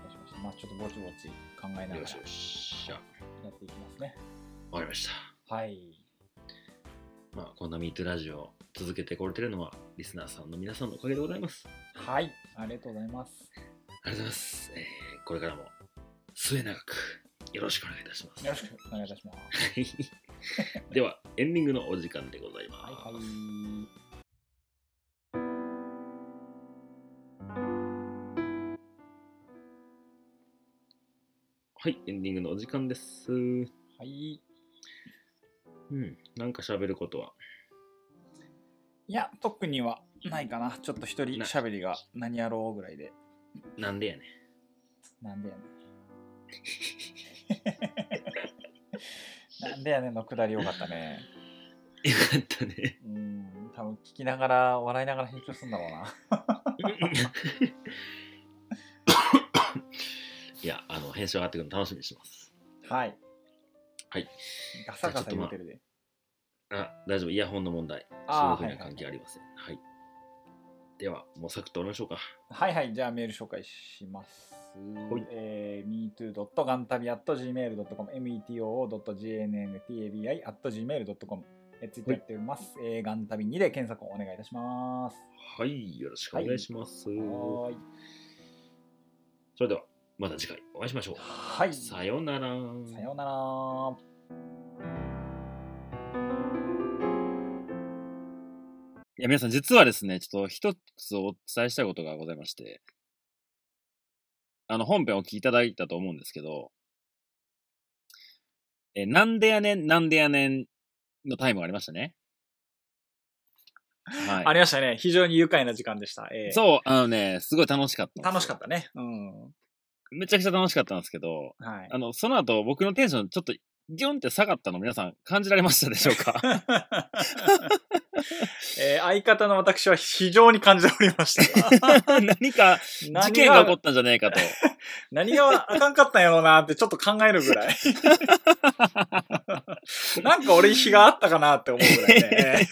A: わかりましたまあちょっとぼちぼち考えなが
B: うん
A: らや
B: よしよしゃ
A: っていきますね
B: わかりました
A: はい
B: まあこんな MeToo ラジオを続けてこれてるのはリスナーさんの皆さんのおかげでございます
A: はいありがとうございます
B: ありがとうございます、えーこれからも末永くよろしくお願いいたします
A: よろしくお願いいたします
B: ではエンディングのお時間でございます、
A: はいはい
B: はい、エンディングのお時間です。うん、
A: はい
B: なんか喋ることは。
A: いや特にはないかなちょっと一人喋りが何やろうぐらいで
B: なんでやね
A: なんでやねん。なんでやねんのくだりよかったね。
B: ん。よかったね。
A: うん、多分聞きながら、笑いながら編集するんだろうな。
B: いや、あの、編集上がってくるの楽しみにしてます。
A: はい。
B: はい。
A: ガサガサ言うてるで。
B: あ、大丈夫、イヤホンの問題。
A: あー
B: そういうふうな
A: はいはいはい
B: 関係ありません。はい、では、もうサクッとおりましょうか。
A: はいはい、じゃあメール紹介します。
B: い
A: えー、metoo.gantabi.gmail.com、metoo.gntabi.gmail.com、えー、ツイッターやっております。えー、ガンタビ2で検索をお願いいたします。
B: はい、よろしくお願いします。
A: はーい。
B: それでは、また次回お会いしましょう。
A: はい。
B: さようなら。
A: さようなら。
B: いや、皆さん、実はですね、ちょっと一つお伝えしたいことがございまして、あの、本編お聞きいただいたと思うんですけど、え、なんでやねん、なんでやねんのタイムがありましたね。はい。
A: ありましたね。非常に愉快な時間でした。えー
B: そう、あのね、すごい楽しかったんですよ
A: 楽しかったね。うん。
B: めちゃくちゃ楽しかったんですけど、
A: はい
B: あ。の、その後、僕のテンションちょっと、ギュンって下がったの皆さん感じられましたでしょうか
A: えー相方の私は非常に感じておりま した。
B: 何か事件が起こったんじゃねえかと。
A: 何があかんかったんやろうなってちょっと考えるぐ らい。なんか俺日があったかなって思うぐらい ね。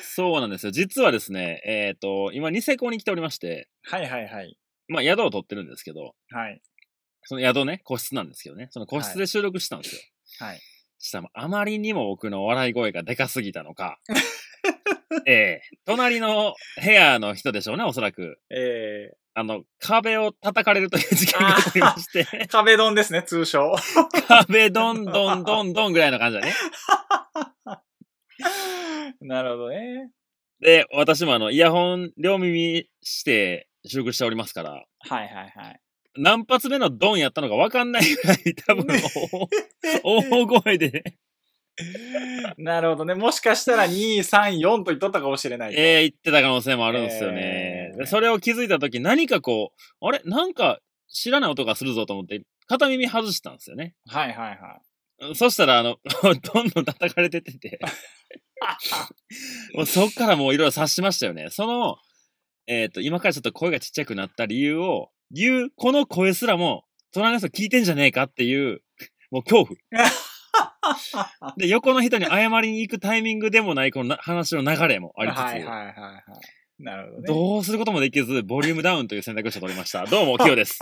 B: そうなんですよ。実はですね、えっ、と、今、ニセコに来ておりまして、
A: はいはいはい。
B: まあ、宿を取ってるんですけど、
A: はい。
B: その宿ね、個室なんですけどね、その個室で収録したんですよ。
A: はい。
B: したら、あまりにも僕の笑い声がでかすぎた のか、ええ隣の部屋の人でしょうね、おそらく。
A: え
B: あの、壁を叩かれるという事件が起こりまして、
A: ー、壁ドンですね、通称。
B: 壁どんどんどんどんぐらいの感じだね。
A: なるほどね。
B: で、私もあの、イヤホン両耳して収録しておりますから、
A: はいはいはい。
B: 何発目のドンやったのか分かんないぐ らい、多分、お大声で、
A: なるほどね。もしかしたら2、3、4と言っとったかもしれない。
B: えー、言ってた可能性もあるんですよね
A: え。ー
B: でそれを気づいたとき、何かこう、あれなんか知らない音がするぞと思って、片耳外したんですよね。
A: はいはいはい。
B: うんそしたら、あの、 どんどん叩かれてって て、もうそっからもういろいろ察しましたよね。その、えっ、と、今からちょっと声がちっちゃくなった理由を、言う、この声すらも、隣の人聞いてんじゃねえかっていう、もう恐怖。 で、横の人に謝りに行くタイミングでもない、このな話の流れもありつつ、
A: はいはいはいはい。なるほどね。
B: どうすることもできず、ボリュームダウンという選択肢を取りました。どうも、キヨです。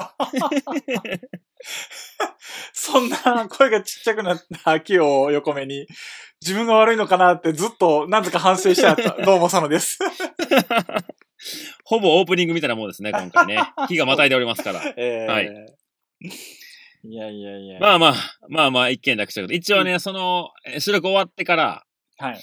A: そんな声がちっちゃくなった秋を横目に、自分が悪いのかなってずっとなぜか反省してあ った。どうも、そのです。
B: ほぼオープニングみたいなもんですね、今 回ね。日がまたいでおりますから。
A: えー。
B: はい
A: いやいやいや。
B: まあまあ、まあまあ、一件落着したけど、一応ね、その、えー収録終わってから、
A: はい。
B: ちょ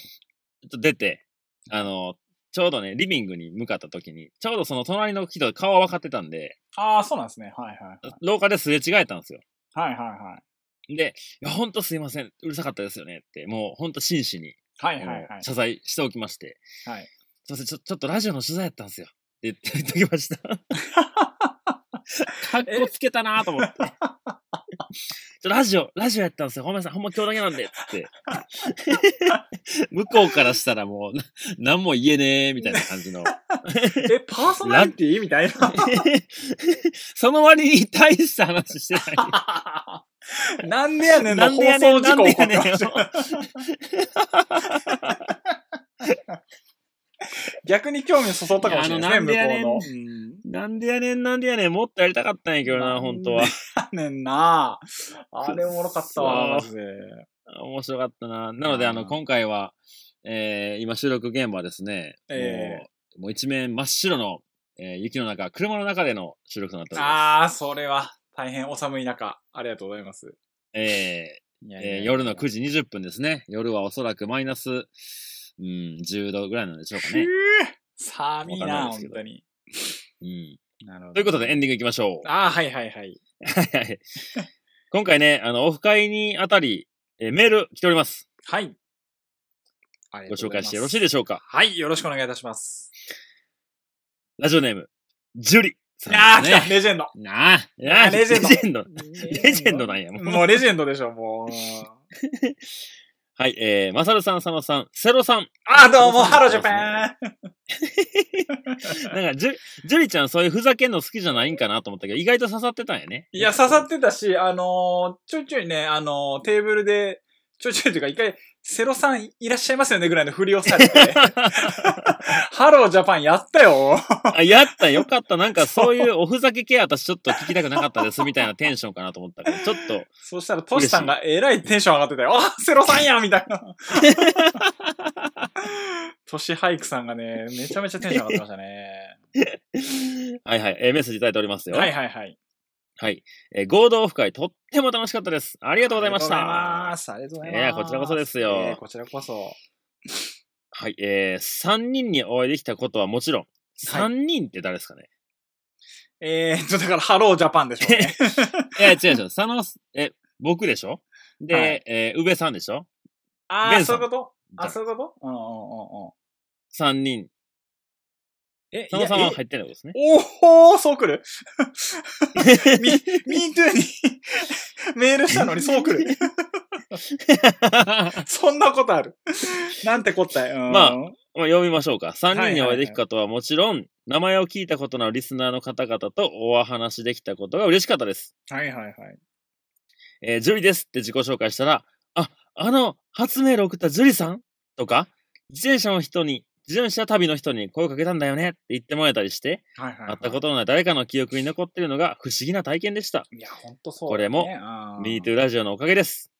B: っと出て、あの、ちょうどね、リビングに向かった時に、ちょうどその隣の人、顔は分かってたんで、
A: ああ、そうなんですね。はいはいはい。
B: 廊下ですれ違えたんですよ。
A: はいはいはい。
B: で、いや、ほんとすいません、うるさかったですよねって、もうほんと真摯に、
A: はいはいは
B: あの
A: い。
B: 謝罪しておきまして、
A: はい
B: すいません、ちょちょっとラジオの取材やったんですよ。って 言っておきま した。かっこつけたなと思って。 ちょラジオ、ラジオやったんですよ。ほんまさん、ほんま今日だけなんで、って。 向こうからしたらもう、な何も言えねえ、みたいな感じの。
A: え、パーソナリティみたいな。
B: その割に大した話して ない。
A: なんでやねんの
B: なん
A: 放
B: でやねん
A: 送事故起こ
B: なんでやねん
A: った逆に興味そそったかもしれないですね、
B: いやあの
A: 向こ
B: なん
A: うの。うん
B: なんでやねん、なんでやねん、もっとやりたかったんやけどな、本当は。
A: なんでやねんな。あれおもろかったわ、マ
B: く
A: ジで。
B: 面白かったな。なので、
A: あー
B: あの、今回は、えー、今収録現場はですね、
A: え
B: もうもう一面真っ白の、えー雪の中、車の中での収録となっております。
A: ああ、それは大変お寒い中、ありがとうございます。
B: え
A: い
B: ー
A: やいやい
B: えー
A: や
B: 夜の9時20分ですね。夜はおそらくマイナス、うん、10度ぐらいなんでしょうかね。
A: 寒い
B: わかんない
A: な、
B: です
A: 本
B: けど
A: 当に。
B: うん、
A: なるほど
B: ということで、エンディングいきましょう。
A: ああ、はいはいはい。
B: はいはい。 今回ね、あの、オフ会にあたり、えーメール来ております。
A: はい。
B: ご紹介してよろしいで
A: しょ
B: しょうか。
A: うかはい、よろしくお願いいたします。
B: ラジオネーム、ジュリさ
A: ああ、
B: ん
A: 来
B: ですね。
A: た、レジェンド。
B: なあ、
A: あレジェンド
B: レジェンド。レ
A: レ
B: ジェンドなんや、もう。
A: もうレジェンドでしょ、もう。
B: はい、えー、マサルさん、佐野さん、セロさん。
A: あ、どうも、ハロージャ
B: ン。
A: パン
B: なんか、ジュジュリちゃん、そういうふざけんの好きじゃないんかなと思ったけど、意外と刺さってたんやね。
A: いや、刺さってたし、あのーちょいちょいね、あのーテーブルで、ちょいちょいというか、一回、セロさんいらっしゃいますよねぐらいの振りをされ て、ハロージャパンやったよ。
B: あ、やった、よかった。なんか、そういうおふざけ系、私ちょっと聞きたくなかったです、みたいなテンションかなと思ったから、ちょっと、
A: そしたら、トシさんがえらいテンション上がってたよ。あ、セロさんやみた いな。トシハイクさんがね、めちゃめちゃテンション上がってましたね。
B: はいはい、えーメッセージいただいておりますよ。
A: はいはいはい。
B: はい。えー合同オフ会、とっても楽しかったです。ありがとうございました。
A: ありがとうございます。ありがとうございます。
B: いやこちらこそですよ
A: ええこちらこそ。
B: はい。えー、3人にお会いできたことはもちろん、3人って誰ですかね、
A: えーっと、だから、ハロージャパンでしょうね。
B: い、や、違う違う。佐野、え、僕でしょで、
A: はい
B: えー、宇部さんでしょ
A: あ
B: ベ
A: あ、
B: ンさ
A: そ
B: ん
A: ういうことあ、
B: じ
A: そういうことうんうんうんうん。
B: ?3 人。
A: え、
B: 佐野さん
A: い
B: は
A: や
B: 入ってないことですね。
A: おおそう来 るみ、me too に メールしたのにそう来る。そんなことある。なんて答え。うん
B: まあ、まあ、読みましょうか。3
A: はい
B: 人にお会いできたことはもちろん、名前を聞いたことのあるリスナーの方々とお話しできたことが嬉しかったです。
A: はいはいはい。
B: えージュリですって自己紹介したら、あ、あの、発明録ったジュリさんとか、自転車の人に、自転車旅の人に声をかけたんだよねって言ってもらえたりして、
A: はいはい、はい。
B: 会ったことのない誰かの記憶に残ってるのが不思議な体験でした。
A: いや、ほんとそう、
B: これも、
A: ミ
B: MeToo ラジオのおかげです。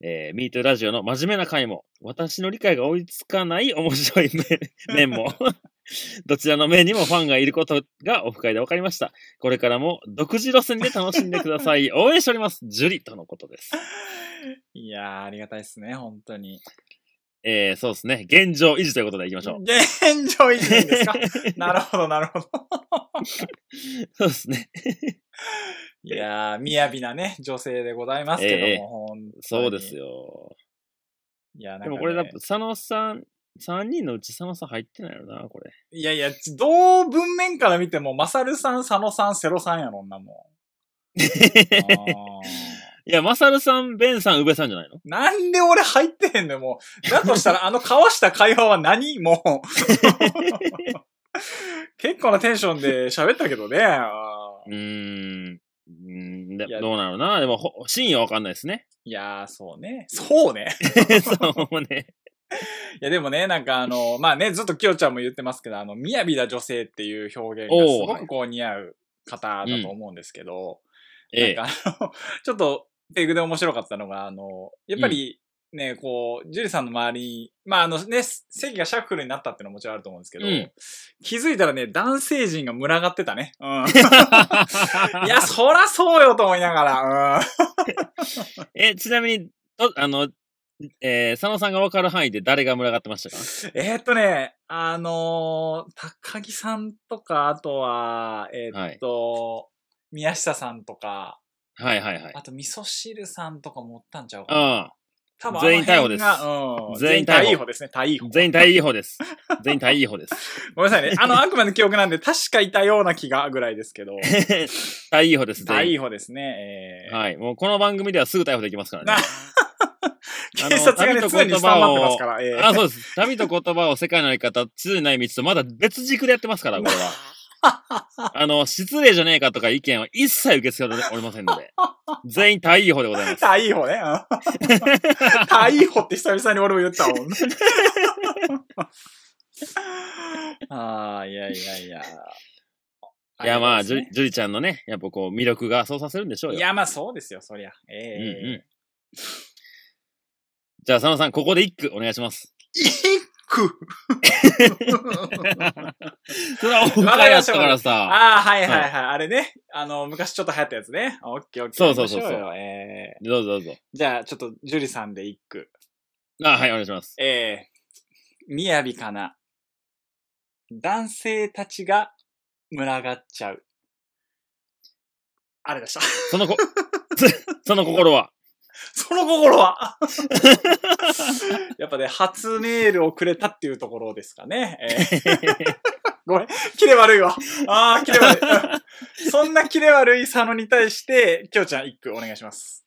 B: えー、MeToo ラジオの真面目な回も、私の理解が追いつかない面白い面面も、 どちらの面にもファンがいることがオフ会で分かりました。これからも独自路線で楽しんでくださ い。応援しております。ジュリとのことです。
A: いやー、ありがたいですね、本当に。
B: えー、そうですね。現状維持ということでいきましょう。
A: 現状維持でいいんです かなるほど、なるほど。
B: そうですね。
A: いやー、雅なね、女性でございますけども、
B: ええ
A: ほんとに
B: そうです。よ。
A: いや、なんか、
B: で
A: ね、
B: もこれだ、佐野さん、3人のうち佐野さん入ってないよな、これ。
A: いやいや、どう文面から見ても、マサルさん、サノさん、セロさんやろんなも ん。あー
B: いや、マサルさん、ベンさん、ウベさんじゃないの
A: なんで俺入ってへんのよもう。だとしたら、あの交わした会話は何もう。結構なテンションで喋ったけどね。あー
B: うーん。うーんで
A: いや
B: どうなのなでも、ほ真意はわかんないですね。
A: いやー、そうね。そうね。
B: そうね。
A: いや、でもね、なんかあの、まあね、ずっときよちゃんも言ってますけど、あの、雅な女性っていう表現がすごくこう似合う方だと思うんですけど、
B: え え
A: なんかあの、 ちょっと、テイクで面白かったのが、あの、やっぱりね、こう、ジュリさんの周りに、まあ、あのね、席がシャッフルになったってのはもちろんあると思うんですけど、
B: うん
A: 気づいたらね、男性陣が群がってたね。 うん。いや、そらそうよと思いながら、うん。
B: え、ちなみに、どあの、えー、佐野さんが分かる範囲で誰が群がってましたか
A: えーっとね、あのー高木さんとか、あとは、えーっと、宮下さんとか、
B: はいはいはい。
A: あと、味噌汁さんとかもおったんちゃうかな。
B: あ
A: 多分
B: 全員逮捕です
A: あの辺がうん、
B: 全
A: 全
B: 員
A: 員
B: 逮捕
A: 逮捕ですね、逮
B: あ
A: 捕。
B: 全員大いい方です。全員大いい 方です。
A: ごめんな さいね。あの、あくまで記憶なんで、確かいたような気がぐらいですけど、
B: 大いい方です。全員
A: 逮捕ですね。えー
B: はい。もうこの番組ではすぐ逮捕できますから
A: な
B: ね。あの
A: 警察がね、
B: 旅と
A: 常にスタンバってますから。えー
B: あ、そうです。旅と言葉を世界のやり方、地図にない道とまだ別軸でやってますから、これ は。あの、失礼じゃねえかとか意見は一切受け付けておりません ので。全員大いい方でございます。
A: 逮捕ね。う ん逮捕って久々に俺も言ったもん。ああ、いやいやいや。
B: いや、まあ、
A: り
B: ジ
A: が
B: ュ
A: とう
B: リジュリちゃんのね、やっぱこう、魅力がそうさせるんでしょ
A: ございますねい
B: うよ。
A: や、まあそうですよ、そりゃ。え
B: う
A: え
B: んうん。じゃあ、佐野さん、ここで一句お願い します。
A: インク
B: それはお前やったからさ。
A: ああ、はいはいはい。あれね。あの、昔ちょっと流行ったやつね。オッケーオッケー。
B: そうそうそうそう
A: やりましょよええ
B: どうぞどうぞ。
A: じゃあ、ちょっと、ジュリさんで一句。
B: あ、はい、お願いします。
A: えー、みやびかな。男性たちが群がっちゃう。あれでした。
B: そのこ、 その心は。
A: その心は やっぱね、初メールをくれたっていうところですかね。えー、 キレ悪いわ。あー、キレ悪い。うんそんなキレ悪い佐野に対して、きょうちゃん一句お願いします。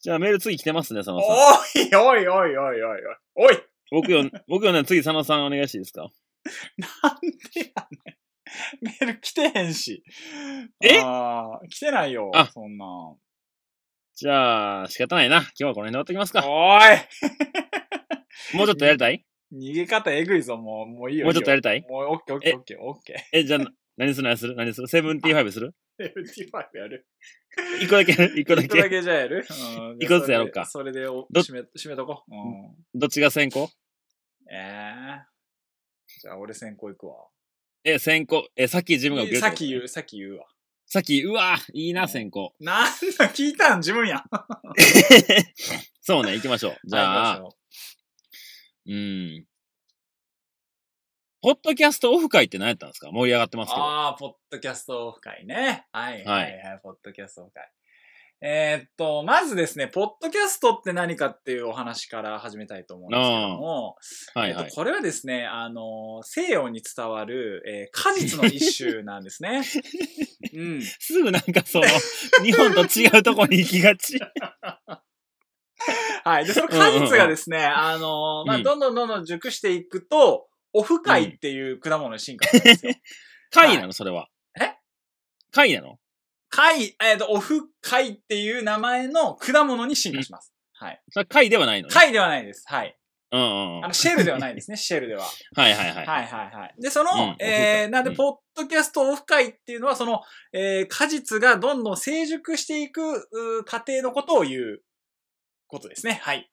B: じゃあ、メール次来てますね、佐野
A: お
B: さん。
A: いおいおいおいおいおい。おい
B: 僕よ、僕よね、次佐野さんお願いしていいですか
A: なんでやねん。 メール来てへんし。
B: え
A: あー来てないよ
B: あ、
A: そんなん。お
B: じゃあ、仕方ないな。今日はこの辺で終わってきますか。
A: い
B: もうちょっとやりたい
A: 逃げ方えぐいぞ、もう、もういいよ。
B: もうちょっとや
A: る。
B: りたい
A: もう、オッケーオッケーオッケーオッケ
B: え、じゃあ、何する何する何するセブンティファイブする
A: ー。75や る。
B: 一個 だけ、一個だ
A: 一個だ
B: け。
A: けじゃあやるうん
B: 一個ずつやろうか
A: それで、それで
B: ど
A: お締め、締めとこう。うん。
B: どっちが先行
A: えー。じゃあ、俺先行行くわ。
B: え、先行。え、さっき自分が受ける
A: さっき言
B: う。
A: う、さっき言うわ。
B: さっき、うわーいいな、
A: うん
B: 先行。
A: なんだ、聞いたん自分やん。
B: そうね、行きまし ょう。じゃあ、
A: あ、
B: うん。ポッドキャストオフ会って何やったんですか盛り上がってますけど。
A: ああ、ポッドキャストオフ会ね。はい、
B: は
A: はいい、はい、ポッドキャストオフ会。えーっと、まずですね、ポッドキャストって何かっていうお話から始めたいと思うんですけども、
B: はいは
A: えーっ
B: い
A: と。これはですね、あの、西洋に伝わる、えー果実の一種なんです ね。うん。
B: すぐなんかその、 日本と違うとこに行き がち。
A: はい。で、その果実がですね、あの、ま
B: う
A: あ、
B: ん
A: どんどんどんどん熟していくと、オフ会っていう果物に進化するんですよ。
B: 会なの、それは。
A: え
B: 会なの
A: 会、えーっと、オフ会っていう名前の果物に進化します。はい。
B: それ会ではないのね。
A: 貝ではないです。はい。
B: うんうんうん。
A: あ
B: は
A: の、シェルではない ですね、シェルでは。
B: いはいはい。
A: はいはいはい。で、その、
B: うんオフ
A: え
B: 会
A: ー、なん
B: う
A: で、
B: ん
A: ポッドキャストオフ会っていうのは、その、えー、果実がどんどん成熟していく、うー過程のことを言うことですね。はい。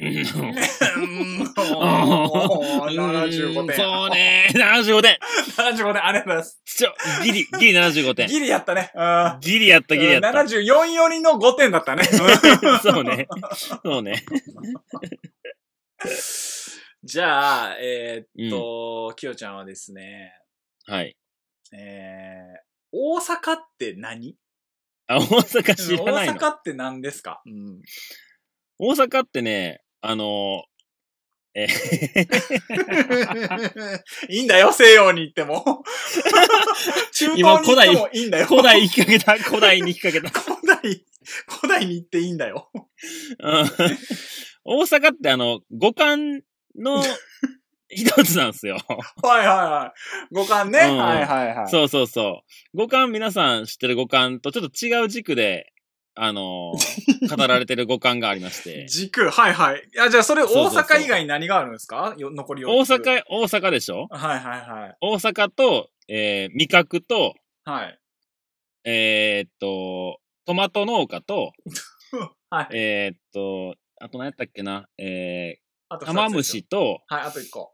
B: うん
A: 75
B: うん
A: 点。
B: そうね。75点。
A: 75点、ありがとうございます。
B: ちょ、ギリ、ギリ75点。
A: ギリやったね。うん。
B: ギリやった、ギリやった。
A: 74よりの5点だったね。
B: そうね。そうね。
A: じゃあ、えーっと、きよちゃんはですね、
B: はい。
A: えー、大阪って何
B: あ、大阪知らない
A: 大
B: の。
A: 阪って何ですか、うん、
B: 大阪ってね、あのー、え
A: いいんだよ、西洋に行って も。中東に行
B: 今
A: っ
B: 古代
A: てもいいんだよ。
B: 古代引っ掛けた、古代に引っ掛けた。
A: 古代、古代に行っていいんだよ。
B: うん大阪ってあの、五感の一つなんですよ。
A: はいはいはい。五感ね。
B: うん
A: はいはいはい。
B: そうそうそう。五感皆さん知ってる五感とちょっと違う軸で、あの ー語られてる五感がありまして。
A: 軸、はいはい。いや、じゃあそれ大
B: そうそうそう
A: 阪以外に何があるんですか よ残り
B: 大
A: 4つ。
B: 阪、大阪でしょ
A: はいはいはい。
B: 大阪と、えー味覚と、
A: はい。
B: えーっと、トマト農家と、
A: はい。
B: えーっと、あと何やったっけな、え
A: あと
B: ー、
A: 二つ
B: 玉虫。と、
A: はい、あと1個。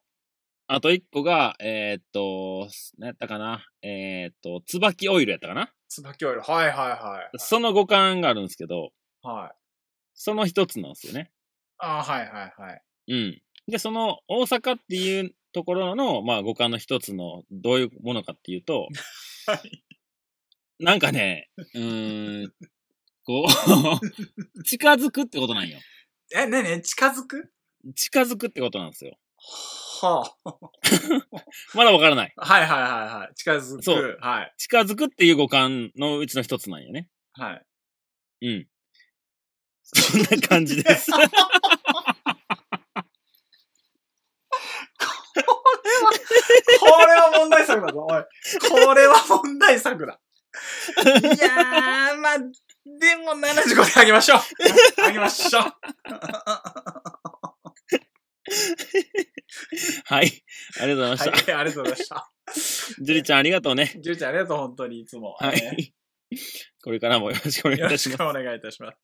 B: あと一個が、えーっと、何やったかな、えーっと、椿オイルやったかな
A: 椿オイル。はいはいはい。
B: その五感があるんですけど、
A: はい。
B: その一つなんですよね。
A: あーはいはいはい。
B: うん。で、その大阪っていうところの、まあ、五感の一つの、どういうものかっていうと、
A: はい。
B: なんかね、うーん、こう、 近づくってことなんよ。
A: え、ねえねえ、近づく
B: 近づくってことなんですよ。
A: はあ。
B: まだわからない。
A: はいはいはいはい。近づく。
B: そう
A: はい。
B: 近づくっていう五感のうちの一つなんよね。
A: はい。
B: うん。そんな感 じです。
A: これは問題作だぞ、おい。これは問題作だ。いやー、まあ、でも75であげましょう。あげましょう。
B: はい。ありがとうございまし
A: はい、ありがとうございました。
B: た。ジュリちゃんありがとうね。
A: ジュリちゃんありがとう、本当にいつも。
B: は
A: え
B: い。これからもよろしくお願
A: ー
B: いい
A: よろ
B: たし
A: し
B: ます。
A: くお願いいたします。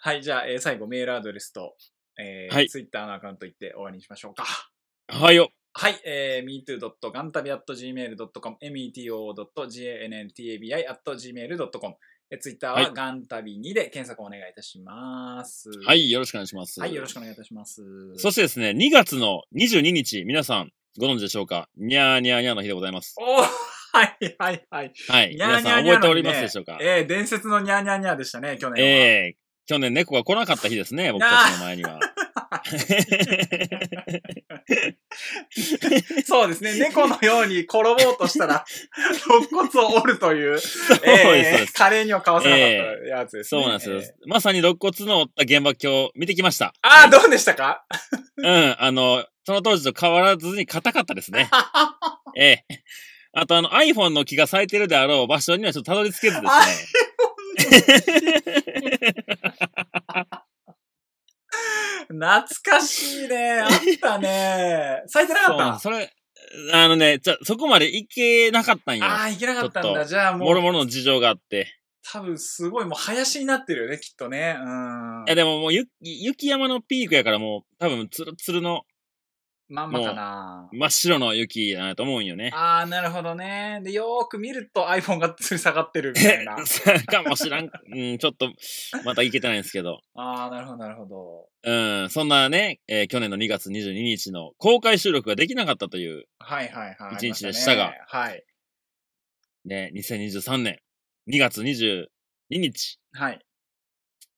A: はい、じゃあ、えー最後メールアドレスと、えー
B: はい
A: ツイッターのアカウント行って終わりにしましょうか。
B: はいよ。
A: はい、えー、metoo.gantabi.gmail.com、metoo.gantabi.gmail.com、えー、ツイッターは
B: はい
A: ガンタビ2で検索お願いいたします。。
B: はいい、よろしくお願いします。
A: はい、よろしくお願いいたします。
B: そしてですね、2月の22日、皆さんご存知でしょうかにゃーにゃーにゃーの日でございます。
A: おーはいはいはい。
B: はい。
A: ニャー
B: 皆
A: ニ
B: さ
A: ャー
B: ん
A: ニャー
B: 覚えて
A: の
B: お
A: 日ね
B: りますでしょうか
A: えー、伝説のニャーニャーニャーでしたね、去年は。
B: ええ去年猫が来なかった日ですね、僕たちの前には。
A: そうですね、猫のように転ぼうとした ら、肋骨を折るという、
B: そうですそう
A: え
B: で
A: ー、
B: す
A: 華麗にはかわせなかったやつです
B: そ
A: ね。
B: うなんですよ
A: えー。
B: まさに肋骨の折った現場今日見てきました。
A: ああ、どうでしたか
B: うん、あの、その当時と変わらずに硬かったで すね。ええあとあの iPhone の木が咲いてるであろう場所にはちょっとたどり着けずです
A: 懐かしいね。あったね。咲いてなかった
B: ね。そうなんですそれ、あのね、じゃ、そこまで行けなかったんよ。
A: ああ、いけなかったん
B: ちょっ
A: だ。
B: と
A: じゃあも
B: もろ
A: う、
B: もろの事情があって。
A: 多分すごいもう林になってるよね、きっとね。うん
B: いや。でももうゆ雪山のピークやからもう多分つるつるの
A: まんまかな。
B: 真っ白の雪だなと思うんよね。。
A: ああ、なるほどね。で、よーく見ると iPhone がつり下がってるみたいな
B: かもしら ん。うん、ちょっと、またいけてないんですけど。
A: ああ、なるほど、なるほど。
B: うん、そんなね、えー去年の2月22日の公開収録ができなかったという、
A: はいはいはい。
B: 一日でした
A: あ
B: が
A: りまね。はい。
B: ね、2023年2月22日、
A: はい。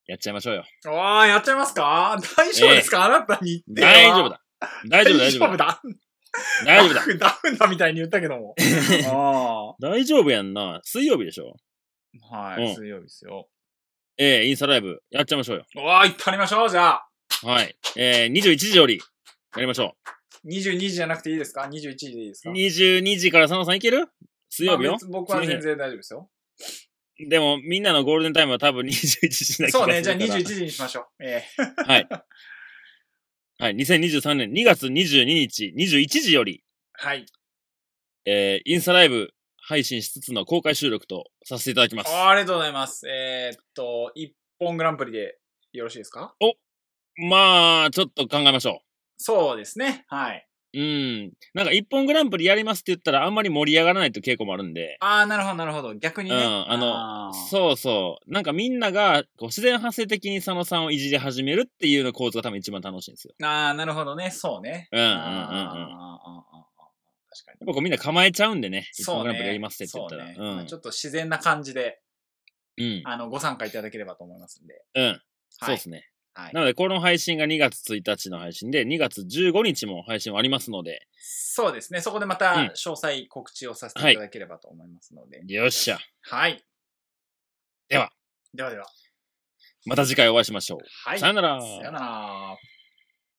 B: やっちゃいましょうよ。
A: ああ、やっちゃいますか大丈夫ですか、あなたに言ってよ
B: 大丈夫。だ。大丈夫、大丈夫だ。
A: だ。
B: 大丈夫だ。
A: ダウンだみたいに言ったけど も。あ
B: 大丈夫やんな。水曜日でしょ
A: あ。はい、
B: うん
A: 水曜日ですよ。
B: えー、インスタライブ、やっちゃいましょうよ。
A: わあ、行ったりましょう、じゃあ。
B: はい。えー、21時より、やりましょ
A: 22時じゃなくていいですか ?21 時でいいです
B: う。
A: か
B: 22時から佐野さんいける水曜日
A: まあ
B: よ
A: 別。僕は全然大丈夫ですよ。
B: でも、みんなのゴールデンタイムは多分21時だ
A: そうね、じゃあ21時にしましょう。ええ
B: はい、2023年2月22日21時より、
A: はい。
B: えー、インスタライブ配信しつつの公開収録とさせていただきます。
A: あありがとうございます。えー、っと、一本グランプリでよろしいですか
B: まあ、ちょっと考えましょ
A: そうですね。はい。
B: う。うん。なんか、一本グランプリやりますって言ったら、あんまり盛り上がらないという傾向もあるんで、
A: ああ、なるほど、なるほど。逆にね。
B: うんあ
A: の
B: そうそう。なんかみんなが、こう自然発生的に佐野さんをいじり始めるっていうの構図が多分一番楽しいんですよ。
A: ああ、なるほどね。そうね。
B: うんうんうんうん
A: あーあーあーあー確かに。
B: やっぱこうみんな構えちゃうんでね、一
A: そう
B: 本
A: ね。
B: グランプリやりますって言ったら。
A: そうね
B: う
A: まあ
B: ん
A: ちょっと自然な感じで、
B: うん。
A: あの、ご参加いただければと思いますんで。
B: うん。そう
A: はい
B: ですね。
A: はい
B: な。ので、この配信が2月1日の配信で、2月15日も配信はありますので、
A: そうですね。そこでま
B: うん
A: た詳細告知をさせていただければと思いますので。
B: よっしゃ。
A: はい。
B: では。
A: ではでは。
B: また次回お会いしましょう。
A: はい。
B: さよなら。
A: さよなら。